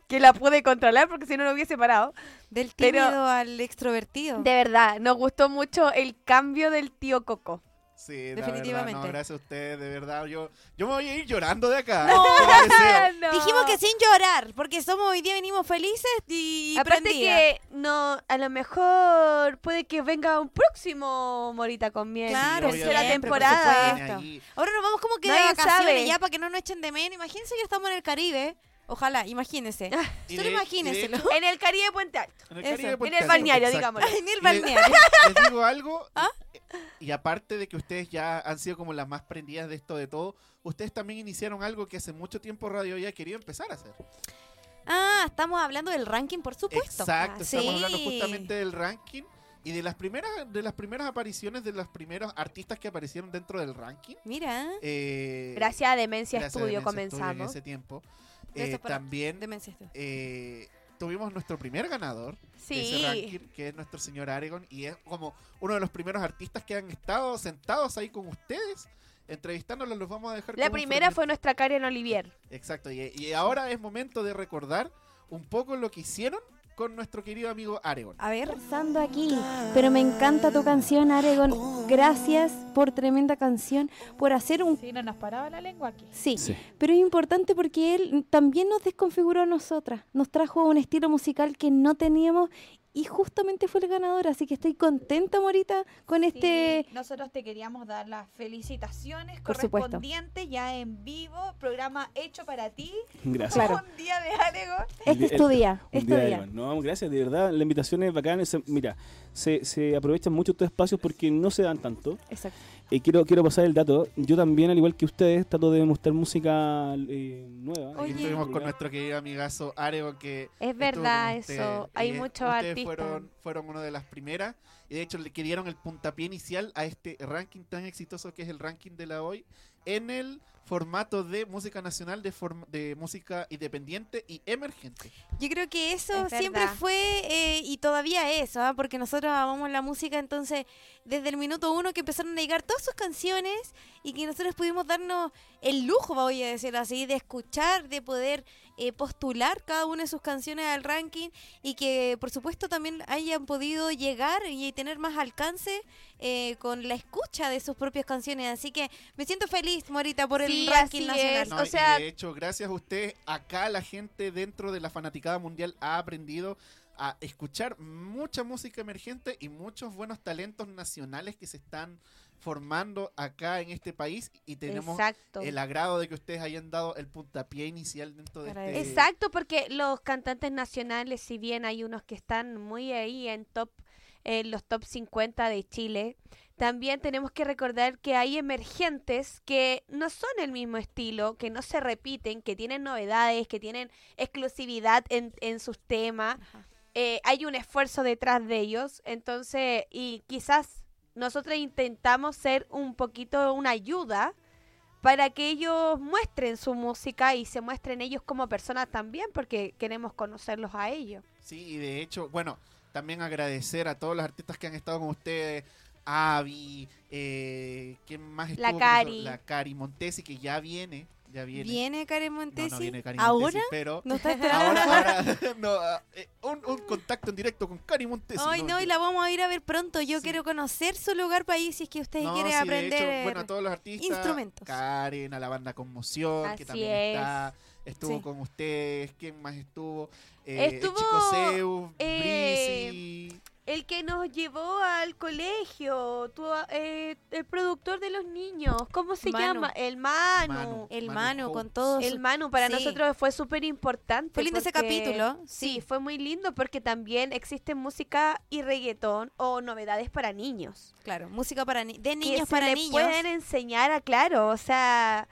Speaker 3: que la pude controlar porque si no lo hubiese parado.
Speaker 4: Del
Speaker 3: pero-
Speaker 4: tímido al extrovertido.
Speaker 3: De verdad, nos gustó mucho el cambio del tío Coco.
Speaker 5: Sí, definitivamente.
Speaker 4: Definitivamente.
Speaker 5: gracias a ustedes, de verdad. Yo, yo me voy a ir llorando de acá.
Speaker 4: No.
Speaker 5: te lo deseo.
Speaker 4: Dijimos que sin llorar, porque somos hoy día venimos felices y
Speaker 3: Aparte
Speaker 4: prendidas.
Speaker 3: que no, a lo mejor puede que venga un próximo Morita con miel.
Speaker 4: Claro,
Speaker 3: tercera
Speaker 4: siempre, por
Speaker 3: temporada.
Speaker 4: supuesto.
Speaker 5: ahí.
Speaker 4: Ahora nos vamos como que de
Speaker 3: Nadie
Speaker 4: vacaciones
Speaker 3: sabe.
Speaker 4: ya para que no nos echen de menos. Imagínense que estamos en el Caribe. Ojalá, imagínense.
Speaker 8: Ah.
Speaker 5: Y
Speaker 4: Solo
Speaker 5: de-
Speaker 4: imagínenselo.
Speaker 3: En el Caribe Puente Alto.
Speaker 5: En el,
Speaker 4: Eso.
Speaker 5: Caribe
Speaker 4: En el
Speaker 5: Podcast.
Speaker 3: balneario,
Speaker 5: Exacto.
Speaker 3: digámoslo.
Speaker 4: En el
Speaker 5: Y le-
Speaker 4: balneario.
Speaker 5: Les digo algo.
Speaker 3: ¿Ah?
Speaker 5: Y aparte de que ustedes ya han sido como las más prendidas de esto de todo, ustedes también iniciaron algo que hace mucho tiempo Radio ya quería empezar a hacer.
Speaker 4: Ah, estamos hablando del ranking, por supuesto.
Speaker 5: Exacto,
Speaker 4: Ah,
Speaker 5: estamos
Speaker 4: sí.
Speaker 5: hablando justamente del ranking y de las primeras de las primeras apariciones de los primeros artistas que aparecieron dentro del ranking.
Speaker 4: Mira,
Speaker 5: Eh,
Speaker 3: Gracias a Demencia
Speaker 5: gracias a
Speaker 3: Studio
Speaker 5: Demencia Studio en
Speaker 3: comenzamos.
Speaker 5: ese tiempo.
Speaker 4: Gracias
Speaker 5: Eh,
Speaker 4: por-
Speaker 5: también
Speaker 4: demencia esto.
Speaker 5: eh, tuvimos nuestro primer ganador de
Speaker 3: Sí.
Speaker 5: ese ranking, que es nuestro señor Aregon, y es como uno de los primeros artistas que han estado sentados ahí con ustedes, entrevistándolos, los vamos a dejar
Speaker 3: La
Speaker 5: como un
Speaker 3: primera fue
Speaker 5: fragmento.
Speaker 3: nuestra Karen Olivier.
Speaker 5: Exacto, y, y ahora es momento de recordar un poco lo que hicieron con nuestro querido amigo Aregon.
Speaker 4: A ver.
Speaker 8: Estando aquí, pero me encanta tu canción, Aregon. Gracias por tremenda canción, por hacer un...
Speaker 11: Sí, no nos paraba la lengua aquí.
Speaker 8: Sí, pero es importante porque él también nos desconfiguró a nosotras, nos trajo un estilo musical que no teníamos y justamente fue el ganador, así que estoy contenta, Morita, con este...
Speaker 11: Sí, Nosotros te queríamos dar las felicitaciones
Speaker 8: Por supuesto.
Speaker 11: correspondientes ya en vivo, programa hecho para ti.
Speaker 12: Gracias.
Speaker 11: Como Un día de Alegor.
Speaker 8: Este es tu
Speaker 12: El-
Speaker 8: día,
Speaker 12: un
Speaker 8: es tu
Speaker 12: de
Speaker 8: día.
Speaker 12: algo. No, gracias, de verdad, la invitación es bacán. se- mira, se, se aprovechan mucho estos espacios porque no se dan tanto.
Speaker 8: Exacto.
Speaker 12: Y quiero, quiero pasar el dato. Yo también, al igual que ustedes, trato de mostrar música eh, nueva.
Speaker 5: Aquí estuvimos con nuestro querido amigazo Aregon que... estuvo con
Speaker 3: verdad
Speaker 5: ustedes,
Speaker 3: eso, hay
Speaker 5: y es-
Speaker 3: muchos
Speaker 5: ustedes
Speaker 3: artistas.
Speaker 5: Fueron, fueron una de las primeras y de hecho le que dieron el puntapié inicial a este ranking tan exitoso que es el ranking de la hoy en el formato de música nacional, de, form- de música independiente y emergente.
Speaker 4: Yo creo que eso
Speaker 3: Es
Speaker 4: siempre
Speaker 3: verdad.
Speaker 4: fue eh, y todavía es, ¿ah? porque nosotros amamos la música, entonces desde el minuto uno que empezaron a llegar todas sus canciones y que nosotros pudimos darnos el lujo, voy a decirlo así, de escuchar, de poder eh, postular cada una de sus canciones al ranking y que por supuesto también hayan podido llegar y tener más alcance eh, con la escucha de sus propias canciones. Así que me siento feliz, Morita, por
Speaker 3: Sí,
Speaker 4: el ranking
Speaker 3: así
Speaker 4: nacional.
Speaker 3: es.
Speaker 5: No,
Speaker 3: o
Speaker 5: y
Speaker 3: sea-
Speaker 5: de hecho, gracias a ustedes, acá la gente dentro de la fanaticada mundial ha aprendido a escuchar mucha música emergente y muchos buenos talentos nacionales que se están formando acá en este país y tenemos
Speaker 3: Exacto.
Speaker 5: el agrado de que ustedes hayan dado el puntapié inicial dentro de este
Speaker 3: Exacto, porque los cantantes nacionales, si bien hay unos que están muy ahí en top en los top 50 de Chile, también tenemos que recordar que hay emergentes que no son el mismo estilo, que no se repiten, que tienen novedades, que tienen exclusividad en, en sus temas. Eh, hay un esfuerzo detrás de ellos, entonces, y quizás nosotros intentamos ser un poquito una ayuda para que ellos muestren su música y se muestren ellos como personas también, porque queremos conocerlos a ellos.
Speaker 5: Sí, y de hecho, bueno, también agradecer a todos los artistas que han estado con ustedes. Avi, eh, ¿quién más estuvo?
Speaker 3: La
Speaker 5: con
Speaker 3: Cari.
Speaker 5: nosotros? La Cari Montesi, que ya viene. Ya viene.
Speaker 4: ¿Viene Karen
Speaker 5: No,
Speaker 4: Montesi?
Speaker 5: no viene Cari
Speaker 4: ¿Ahora?
Speaker 5: Montesi, pero.
Speaker 4: ¿No está esperando?
Speaker 5: ahora, ahora, no, ah, eh, un, un contacto en directo con Cari Montesi.
Speaker 4: Ay, no, y la vamos a ir a ver pronto. Yo quiero conocer su lugar país si es que ustedes
Speaker 5: No,
Speaker 4: quieren
Speaker 5: sí, de hecho,
Speaker 4: aprender.
Speaker 5: bueno, a todos los artistas.
Speaker 4: instrumentos.
Speaker 5: Karen, a la banda Conmoción,
Speaker 4: Así
Speaker 5: que también
Speaker 4: es.
Speaker 5: está. Estuvo
Speaker 4: Sí.
Speaker 5: con ustedes. ¿Quién más estuvo? Eh, el
Speaker 3: Estuvo,
Speaker 5: Chico Zeus,
Speaker 3: eh,
Speaker 5: Brisi.
Speaker 3: El que nos llevó al colegio, tu- eh, el productor de los niños, ¿cómo se
Speaker 4: Manu.
Speaker 3: llama? El Manu.
Speaker 4: Manu, El Manu Manu, Hope. con todos
Speaker 3: El
Speaker 4: sus-
Speaker 3: Manu para
Speaker 4: Sí.
Speaker 3: nosotros fue súper importante.
Speaker 4: Fue lindo ese
Speaker 3: porque-
Speaker 4: capítulo,
Speaker 3: Sí. fue muy lindo porque también existe música y reggaetón o novedades para niños.
Speaker 4: Claro, música para ni- de
Speaker 3: que
Speaker 4: niños
Speaker 3: se
Speaker 4: para
Speaker 3: le
Speaker 4: niños.
Speaker 3: pueden enseñar a claro, o sea,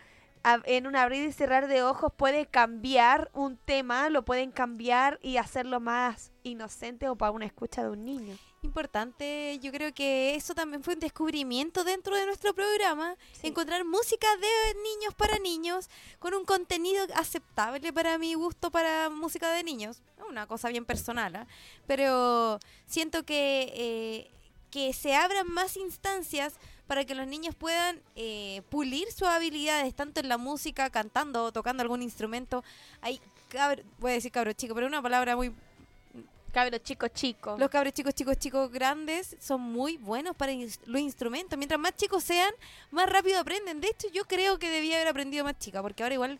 Speaker 3: a- en un abrir y cerrar de ojos puede cambiar un tema, lo pueden cambiar y hacerlo más inocente o para una escucha de un niño.
Speaker 4: Importante, yo creo que eso también fue un descubrimiento dentro de nuestro programa, encontrar música de niños para niños con un contenido aceptable para mi gusto para música de niños, una cosa bien personal, ¿ah? pero siento que eh, que se abran más instancias para que los niños puedan eh, pulir sus habilidades, tanto en la música, cantando o tocando algún instrumento. Hay, cabro- voy a decir cabro chico, pero una palabra muy
Speaker 3: Cabros chicos chicos.
Speaker 4: los cabros chicos, chicos, chicos grandes son muy buenos para ins- los instrumentos. Mientras más chicos sean, más rápido aprenden. De hecho, yo creo que debía haber aprendido más chica, porque ahora igual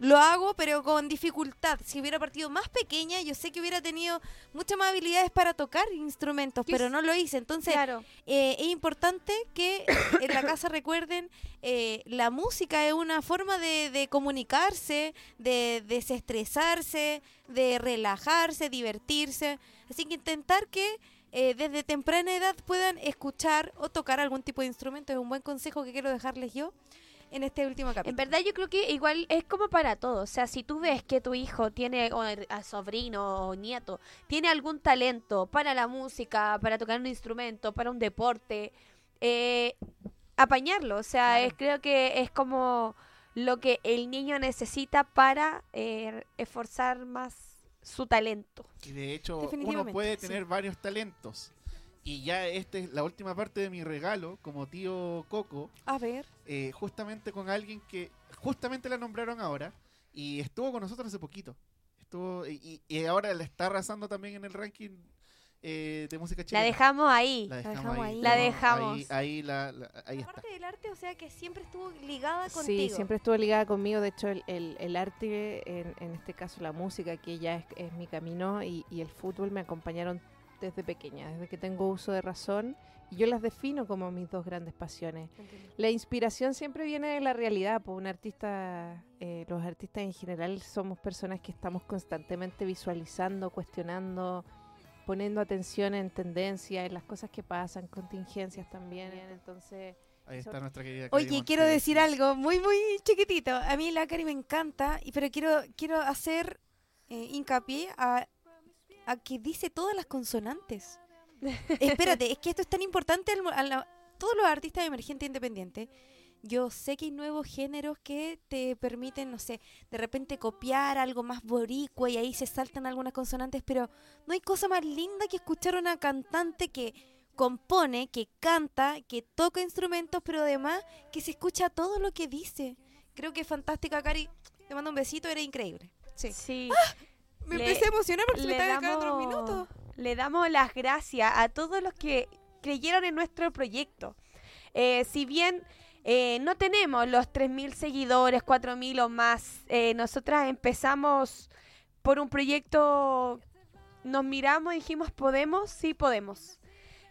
Speaker 4: lo hago, pero con dificultad. Si hubiera partido más pequeña, yo sé que hubiera tenido muchas más habilidades para tocar instrumentos, pero no lo hice. Entonces, eh, es importante que en la casa recuerden, eh, la música es una forma de, de comunicarse, de desestresarse, de relajarse, divertirse. Así que intentar que eh, desde temprana edad puedan escuchar o tocar algún tipo de instrumento es un buen consejo que quiero dejarles yo en este último capítulo.
Speaker 3: En verdad yo creo que igual es como para todo. O sea, si tú ves que tu hijo tiene, o er- a sobrino o nieto, tiene algún talento para la música, para tocar un instrumento, para un deporte, eh, apañarlo. O sea, es, creo que es como lo que el niño necesita para eh, esforzar más su talento.
Speaker 5: Y de hecho, uno
Speaker 3: Definitivamente,
Speaker 5: puede
Speaker 3: sí.
Speaker 5: tener varios talentos. Y ya esta es la última parte de mi regalo, como tío Coco,
Speaker 4: A ver.
Speaker 5: eh, justamente con alguien que justamente la nombraron ahora y estuvo con nosotros hace poquito. Estuvo y, y- y ahora la está arrasando también en el ranking eh, de música chilena.
Speaker 3: La dejamos ahí.
Speaker 5: La
Speaker 3: La
Speaker 5: dejamos,
Speaker 3: dejamos
Speaker 5: ahí.
Speaker 3: ahí. La dejamos.
Speaker 5: Ahí, ahí la- la- ahí está.
Speaker 4: Parte del arte, o sea que siempre estuvo ligada
Speaker 13: Sí, siempre estuvo ligada conmigo. De hecho, el, el- el arte, en, en este caso la música, que ya es, es mi camino, y, y el fútbol me acompañaron desde pequeña, desde que tengo uso de razón. Y yo las defino como mis dos grandes pasiones. La inspiración siempre viene de la realidad, por un artista, eh, los artistas en general somos personas que estamos constantemente visualizando, cuestionando, poniendo atención en tendencias, en las cosas que pasan, contingencias también. Entonces,
Speaker 5: Ahí
Speaker 13: eso-
Speaker 5: está nuestra querida. Cari
Speaker 4: Oye, quiero
Speaker 5: Montesi.
Speaker 4: decir algo muy, muy chiquitito. A mí la Cari me encanta, y- pero quiero, quiero hacer eh, hincapié a, a que dice todas las consonantes. Espérate, es que esto es tan importante. al mo- a la- todos los artistas emergentes e independientes, yo sé que hay nuevos géneros que te permiten, no sé, de repente copiar algo más boricua y ahí se saltan algunas consonantes, pero no hay cosa más linda que escuchar a una cantante que compone, que canta, que toca instrumentos, pero además que se escucha todo lo que dice. Creo que es fantástica, Cari. Te mando un besito, era increíble. Sí.
Speaker 3: ¡Ah!
Speaker 4: Me empecé a emocionar porque se me
Speaker 3: le
Speaker 4: estaba acabando los
Speaker 3: damos-
Speaker 4: minutos.
Speaker 3: Le damos las gracias a todos los que creyeron en nuestro proyecto. Eh, si bien eh, no tenemos los 3.000 seguidores, 4.000 o más, eh, nosotras empezamos por un proyecto, nos miramos y dijimos, ¿podemos? Sí, podemos.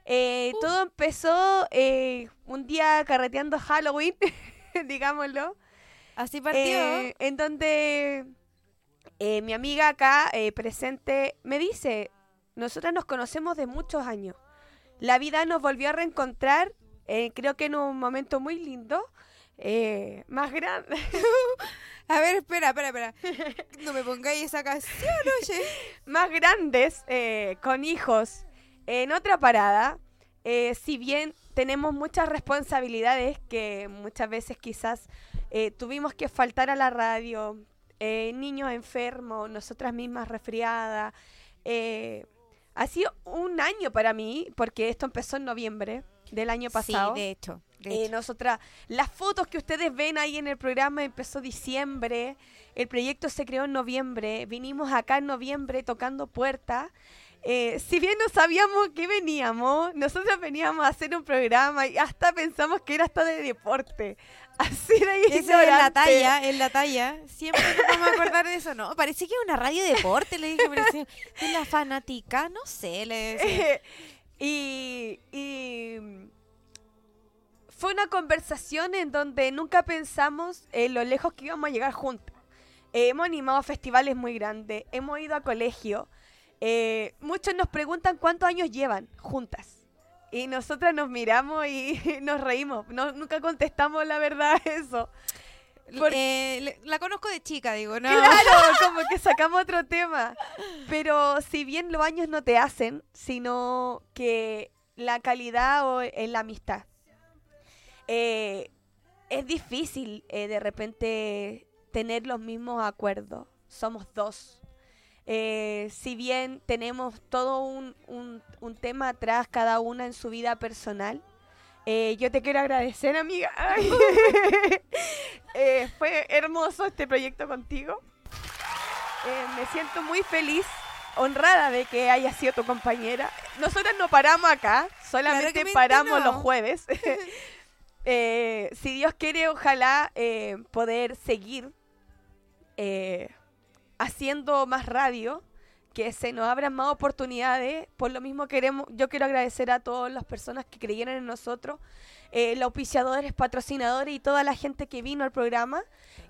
Speaker 3: Eh,
Speaker 4: Uh.
Speaker 3: Todo empezó eh, un día carreteando Halloween, digámoslo.
Speaker 4: Así partió.
Speaker 3: Eh, en donde eh, mi amiga acá eh, presente me dice, nosotras nos conocemos de muchos años. La vida nos volvió a reencontrar, eh, creo que en un momento muy lindo, eh, más grande.
Speaker 4: a ver, espera, espera, espera. No me pongáis esa canción, oye.
Speaker 3: más grandes, eh, con hijos, en otra parada. Eh, si bien tenemos muchas responsabilidades que muchas veces quizás eh, tuvimos que faltar a la radio, eh, niños enfermos, nosotras mismas resfriadas. eh, ha sido un año para mí, porque esto empezó en noviembre del año
Speaker 4: Sí,
Speaker 3: pasado.
Speaker 4: de hecho, de
Speaker 3: Eh,
Speaker 4: hecho.
Speaker 3: nosotras, las fotos que ustedes ven ahí en el programa empezó diciembre, el proyecto se creó en noviembre, vinimos acá en noviembre tocando puertas. Eh, si bien no sabíamos que veníamos, nosotros veníamos a hacer un programa y hasta pensamos que era hasta de deporte. Así de
Speaker 4: Esa es la
Speaker 3: ignorante.
Speaker 4: talla, es la talla. Siempre nos vamos a acordar de eso, ¿no? Parece que es una radio de deporte, le dije, pero sí, de la fanática, no sé, le decía.
Speaker 3: y, y fue una conversación en donde nunca pensamos en lo lejos que íbamos a llegar juntos. Eh, hemos animado festivales muy grandes, hemos ido a colegio. Eh, muchos nos preguntan cuántos años llevan juntas. Y nosotras nos miramos y nos reímos. No- nunca contestamos la verdad a eso.
Speaker 4: Eh, le- la conozco de chica, digo, ¿no?
Speaker 3: Claro, como que sacamos otro tema. Pero si bien los años no te hacen, sino que la calidad o en la amistad. Eh, es difícil eh, de repente tener los mismos acuerdos. Somos dos. Eh, si bien tenemos todo un, un- un tema atrás, cada una en su vida personal, eh, yo te quiero agradecer, amiga. Ay. Eh, fue hermoso este proyecto contigo. Eh, me siento muy feliz, honrada de que haya sido tu compañera. Nosotras no paramos acá, solamente
Speaker 4: Claramente
Speaker 3: paramos
Speaker 4: no.
Speaker 3: los jueves. Eh, si Dios quiere, ojalá eh, poder seguir eh, haciendo más radio, que se nos abran más oportunidades. Por lo mismo queremos, yo quiero agradecer a todas las personas que creyeron en nosotros, eh, los auspiciadores, patrocinadores y toda la gente que vino al programa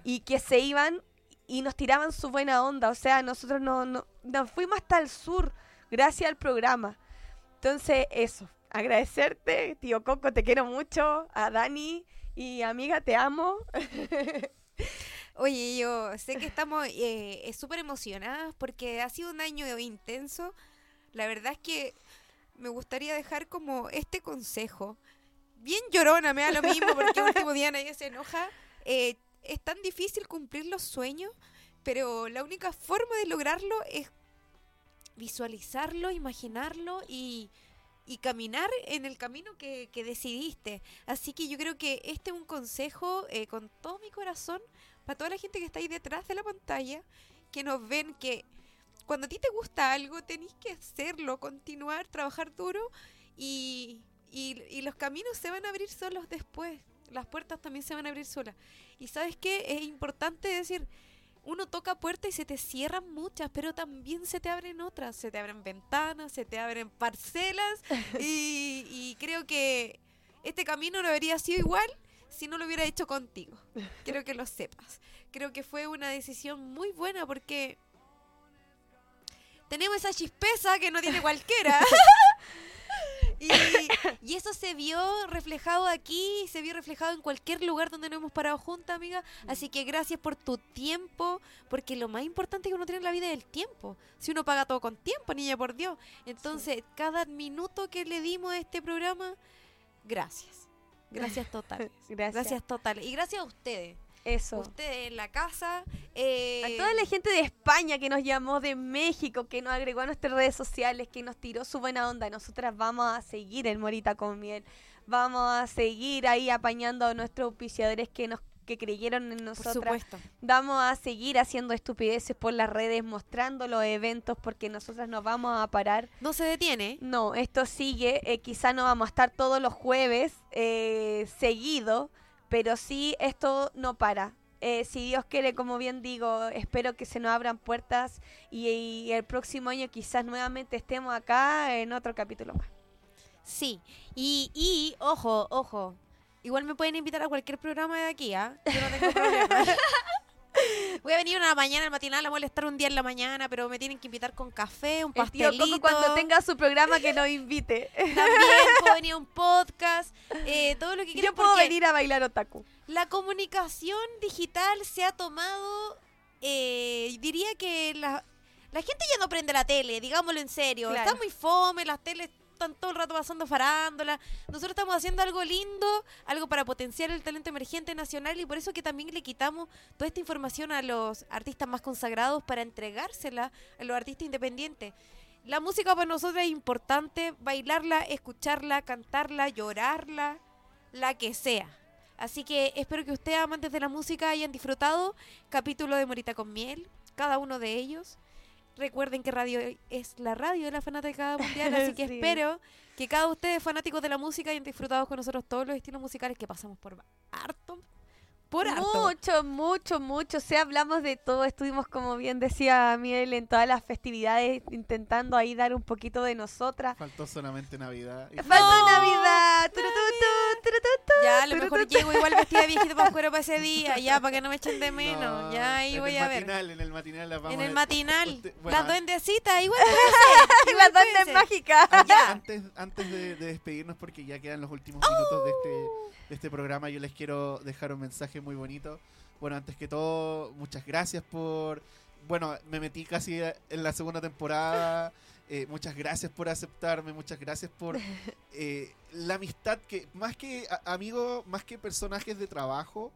Speaker 3: y que se iban y nos tiraban su buena onda. O sea, nosotros no, no- nos fuimos hasta el sur gracias al programa. Entonces, eso. Agradecerte, tío Coco, te quiero mucho. A Dani y amiga, te amo.
Speaker 4: Oye, yo sé que estamos eh, eh, súper emocionadas porque ha sido un año intenso. La verdad es que me gustaría dejar como este consejo. Bien llorona, me da lo mismo porque el último día nadie se enoja. Eh, es tan difícil cumplir los sueños, pero la única forma de lograrlo es visualizarlo, imaginarlo y, y caminar en el camino que, que decidiste. Así que yo creo que este es un consejo eh, con todo mi corazón para toda la gente que está ahí detrás de la pantalla, que nos ven que cuando a ti te gusta algo tenés que hacerlo, continuar, trabajar duro y, y- y los caminos se van a abrir solos después. Las puertas también se van a abrir solas. Y sabes qué? Es importante decir, uno toca puertas y se te cierran muchas, pero también se te abren otras, se te abren ventanas, se te abren parcelas y, y creo que este camino no habría sido igual si no lo hubiera hecho contigo. Quiero que lo sepas. Creo que fue una decisión muy buena porque tenemos esa chispeza que no tiene cualquiera. Y, y eso se vio reflejado aquí, se vio reflejado en cualquier lugar donde nos hemos parado juntas, amiga. Así que gracias por tu tiempo, porque lo más importante que uno tiene en la vida es el tiempo. Si uno paga todo con tiempo, niña, por Dios. Entonces, cada minuto que le dimos a este programa, gracias. Gracias total.
Speaker 3: Gracias.
Speaker 4: total. Y gracias a ustedes.
Speaker 3: Eso.
Speaker 4: Ustedes en la casa. Eh,
Speaker 3: A toda la gente de España que nos llamó, de México, que nos agregó a nuestras redes sociales, que nos tiró su buena onda. Nosotras vamos a seguir el Morita con Miel. Vamos a seguir ahí apañando a nuestros auspiciadores que nos que creyeron en nosotras.
Speaker 4: supuesto.
Speaker 3: Vamos a seguir haciendo estupideces por las redes, mostrando los eventos, porque nosotras nos vamos a parar.
Speaker 4: No se detiene.
Speaker 3: No, esto sigue. Eh, quizá no vamos a estar todos los jueves eh, seguido, pero sí, esto no para. Eh, si Dios quiere, como bien digo, espero que se nos abran puertas y, y el próximo año quizás nuevamente estemos acá en otro capítulo más.
Speaker 4: Sí, y, y ojo, ojo. Igual me pueden invitar a cualquier programa de aquí, ¿ah? Yo no tengo problema. Voy a venir una mañana al matinal, la voy a molestar un día en la mañana, pero me tienen que invitar con café, un
Speaker 3: El tío
Speaker 4: pastelito.
Speaker 3: Coco, cuando tenga su programa que nos invite.
Speaker 4: También puedo venir a un podcast, eh, todo lo que quieran.
Speaker 3: Yo puedo
Speaker 4: porque
Speaker 3: venir a bailar otaku.
Speaker 4: La comunicación digital se ha tomado, eh, diría que la, la gente ya no prende la tele, digámoslo en serio.
Speaker 3: Claro.
Speaker 4: Está muy fome, las teles, están todo el rato pasando farándula. Nosotros estamos haciendo algo lindo, algo para potenciar el talento emergente nacional y por eso que también le quitamos toda esta información a los artistas más consagrados para entregársela a los artistas independientes. La música para nosotros es importante, bailarla, escucharla, cantarla, llorarla, la que sea. Así que espero que ustedes, amantes de la música, hayan disfrutado capítulo de Morita con Miel, cada uno de ellos. Recuerden que Radio es la radio de la fanática mundial, así que
Speaker 3: Sí.
Speaker 4: espero que cada uno de ustedes, fanáticos de la música, hayan disfrutado con nosotros todos los estilos musicales que pasamos por harto. Por harto.
Speaker 3: Mucho, mucho, mucho. O sea, hablamos de todo. Estuvimos, como bien decía Miel, en todas las festividades intentando ahí dar un poquito de nosotras.
Speaker 5: Faltó solamente Navidad. Y-
Speaker 3: Falta Navidad. Tru, tru, tru, tru, tru, tru,
Speaker 4: Ya, a lo
Speaker 3: tru,
Speaker 4: mejor
Speaker 3: tru,
Speaker 4: llego
Speaker 3: tru.
Speaker 4: igual vestida de viejito para para ese día, ya, para que no me echen de menos.
Speaker 5: No,
Speaker 4: ya, ahí
Speaker 5: en
Speaker 4: voy
Speaker 5: el
Speaker 4: a ver.
Speaker 5: matinal, En el matinal las vamos
Speaker 4: En
Speaker 5: a-
Speaker 4: el matinal,
Speaker 5: Usted- bueno, ah.
Speaker 4: las
Speaker 5: an-
Speaker 4: duendecitas, igual. puede ser, igual
Speaker 3: Las
Speaker 4: puede
Speaker 3: duendes
Speaker 4: ser.
Speaker 3: mágicas.
Speaker 5: Antes, antes de, de despedirnos, porque ya quedan los últimos minutos de este, de este programa, yo les quiero dejar un mensaje muy bonito. Bueno, antes que todo, muchas gracias por... Bueno, me metí casi en la segunda temporada. Eh, muchas gracias por aceptarme, muchas gracias por eh, la amistad que, más que a- amigos, más que personajes de trabajo,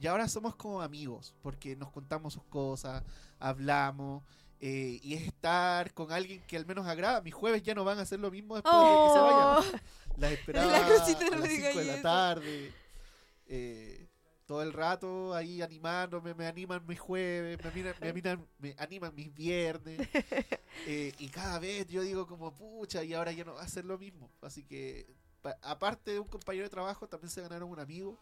Speaker 5: y ahora somos como amigos, porque nos contamos sus cosas, hablamos, eh, y es estar con alguien que al menos agrada. Mis jueves ya no van a hacer lo mismo después de que se vayan. Las esperaba
Speaker 4: Oh. La cosita
Speaker 5: a
Speaker 4: no
Speaker 5: las
Speaker 4: diga
Speaker 5: 5 de la
Speaker 4: eso.
Speaker 5: tarde. eh, todo el rato ahí animándome, me animan mis jueves, me, miran- me, miran- me animan mis viernes. eh, y cada vez yo digo como, pucha, y ahora ya no va a ser lo mismo. Así que, pa- aparte de un compañero de trabajo, también se ganaron un amigo.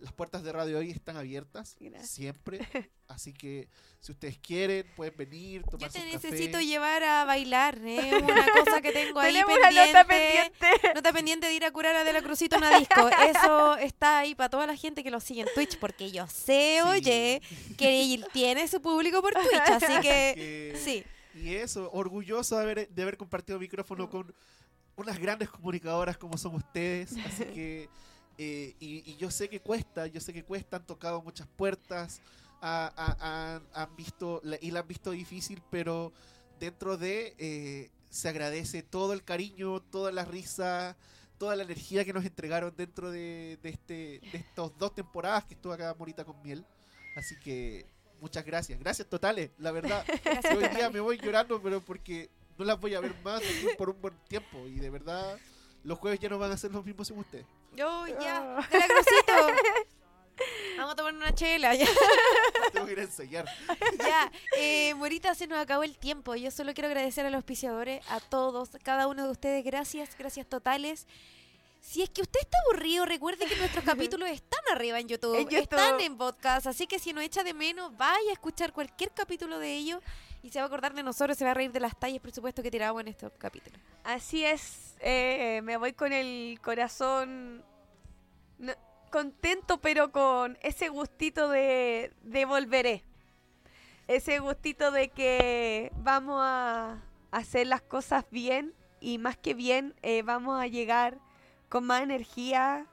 Speaker 5: Las puertas de Radio Hoy están abiertas
Speaker 4: Gracias.
Speaker 5: siempre. Así que si ustedes quieren, pueden venir,
Speaker 4: Yo
Speaker 5: tomarse
Speaker 4: te
Speaker 5: un café.
Speaker 4: necesito llevar a bailar, ¿eh? Una cosa que tengo ahí
Speaker 3: Tenemos una
Speaker 4: pendiente.
Speaker 3: nota
Speaker 4: Nota pendiente de ir a curar a De La Crucito a una disco. Eso está ahí para toda la gente que lo sigue en Twitch, porque yo sé, oye, que él tiene su público por Twitch, así que sí.
Speaker 5: Y eso, orgulloso de haber, de haber compartido micrófono con unas grandes comunicadoras como son ustedes. Así que, eh, y, y yo sé que cuesta, yo sé que cuesta, han tocado muchas puertas, ha- ha- han- han visto, la- y la han visto difícil, pero dentro de eh, se agradece todo el cariño, toda la risa, toda la energía que nos entregaron dentro de, de este, de estos dos temporadas que estuvo acá Morita con Miel. Así que muchas gracias. Gracias totales, la verdad.
Speaker 4: Gracias
Speaker 5: Yo hoy día me voy llorando, pero porque no las voy a ver más aquí por un buen tiempo. Y de verdad, los jueves ya no van a ser los mismos sin ustedes.
Speaker 4: Yo ya,
Speaker 3: Oh.
Speaker 4: De La Crucito. Vamos a tomar una chela, ya.
Speaker 5: Tengo que ir a ensayar.
Speaker 4: Ya, eh, Morita, se nos acabó el tiempo. Yo solo quiero agradecer a los auspiciadores, a todos, cada uno de ustedes. Gracias, gracias totales. Si es que usted está aburrido, recuerde que nuestros capítulos están arriba en YouTube,
Speaker 3: En YouTube.
Speaker 4: están en podcast, así que si nos echa de menos, vaya a escuchar cualquier capítulo de ellos y se va a acordar de nosotros, se va a reír de las tallas, por supuesto, que tiramos en estos capítulos.
Speaker 3: Así es. eh, me voy con el corazón no- contento, pero con ese gustito de, de volveré. Ese gustito de que vamos a hacer las cosas bien y más que bien eh, vamos a llegar con más energía,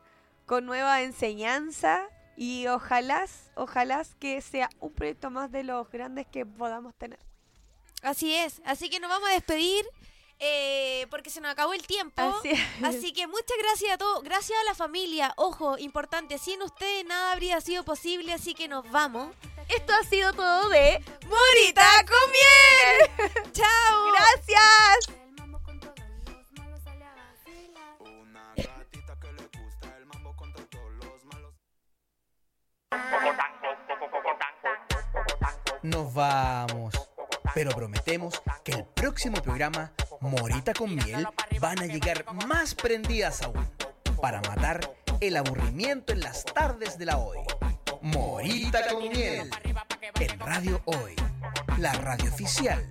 Speaker 3: con nueva enseñanza y ojalá, ojalá que sea un proyecto más de los grandes que podamos tener.
Speaker 4: Así es, así que nos vamos a despedir eh, porque se nos acabó el tiempo.
Speaker 3: Así es.
Speaker 4: Así que muchas gracias a todos, gracias a la familia. Ojo, importante, sin ustedes nada habría sido posible, así que nos vamos.
Speaker 3: Esto ha sido todo de Morita con
Speaker 4: Miel. ¡Chao!
Speaker 3: ¡Gracias!
Speaker 9: Nos vamos. Pero prometemos que el próximo programa, Morita con Miel, van a llegar más prendidas aún para matar el aburrimiento en las tardes de la hoy. Morita con Miel. En Radio Hoy, la radio oficial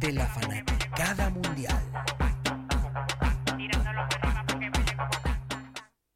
Speaker 9: de la fanaticada mundial.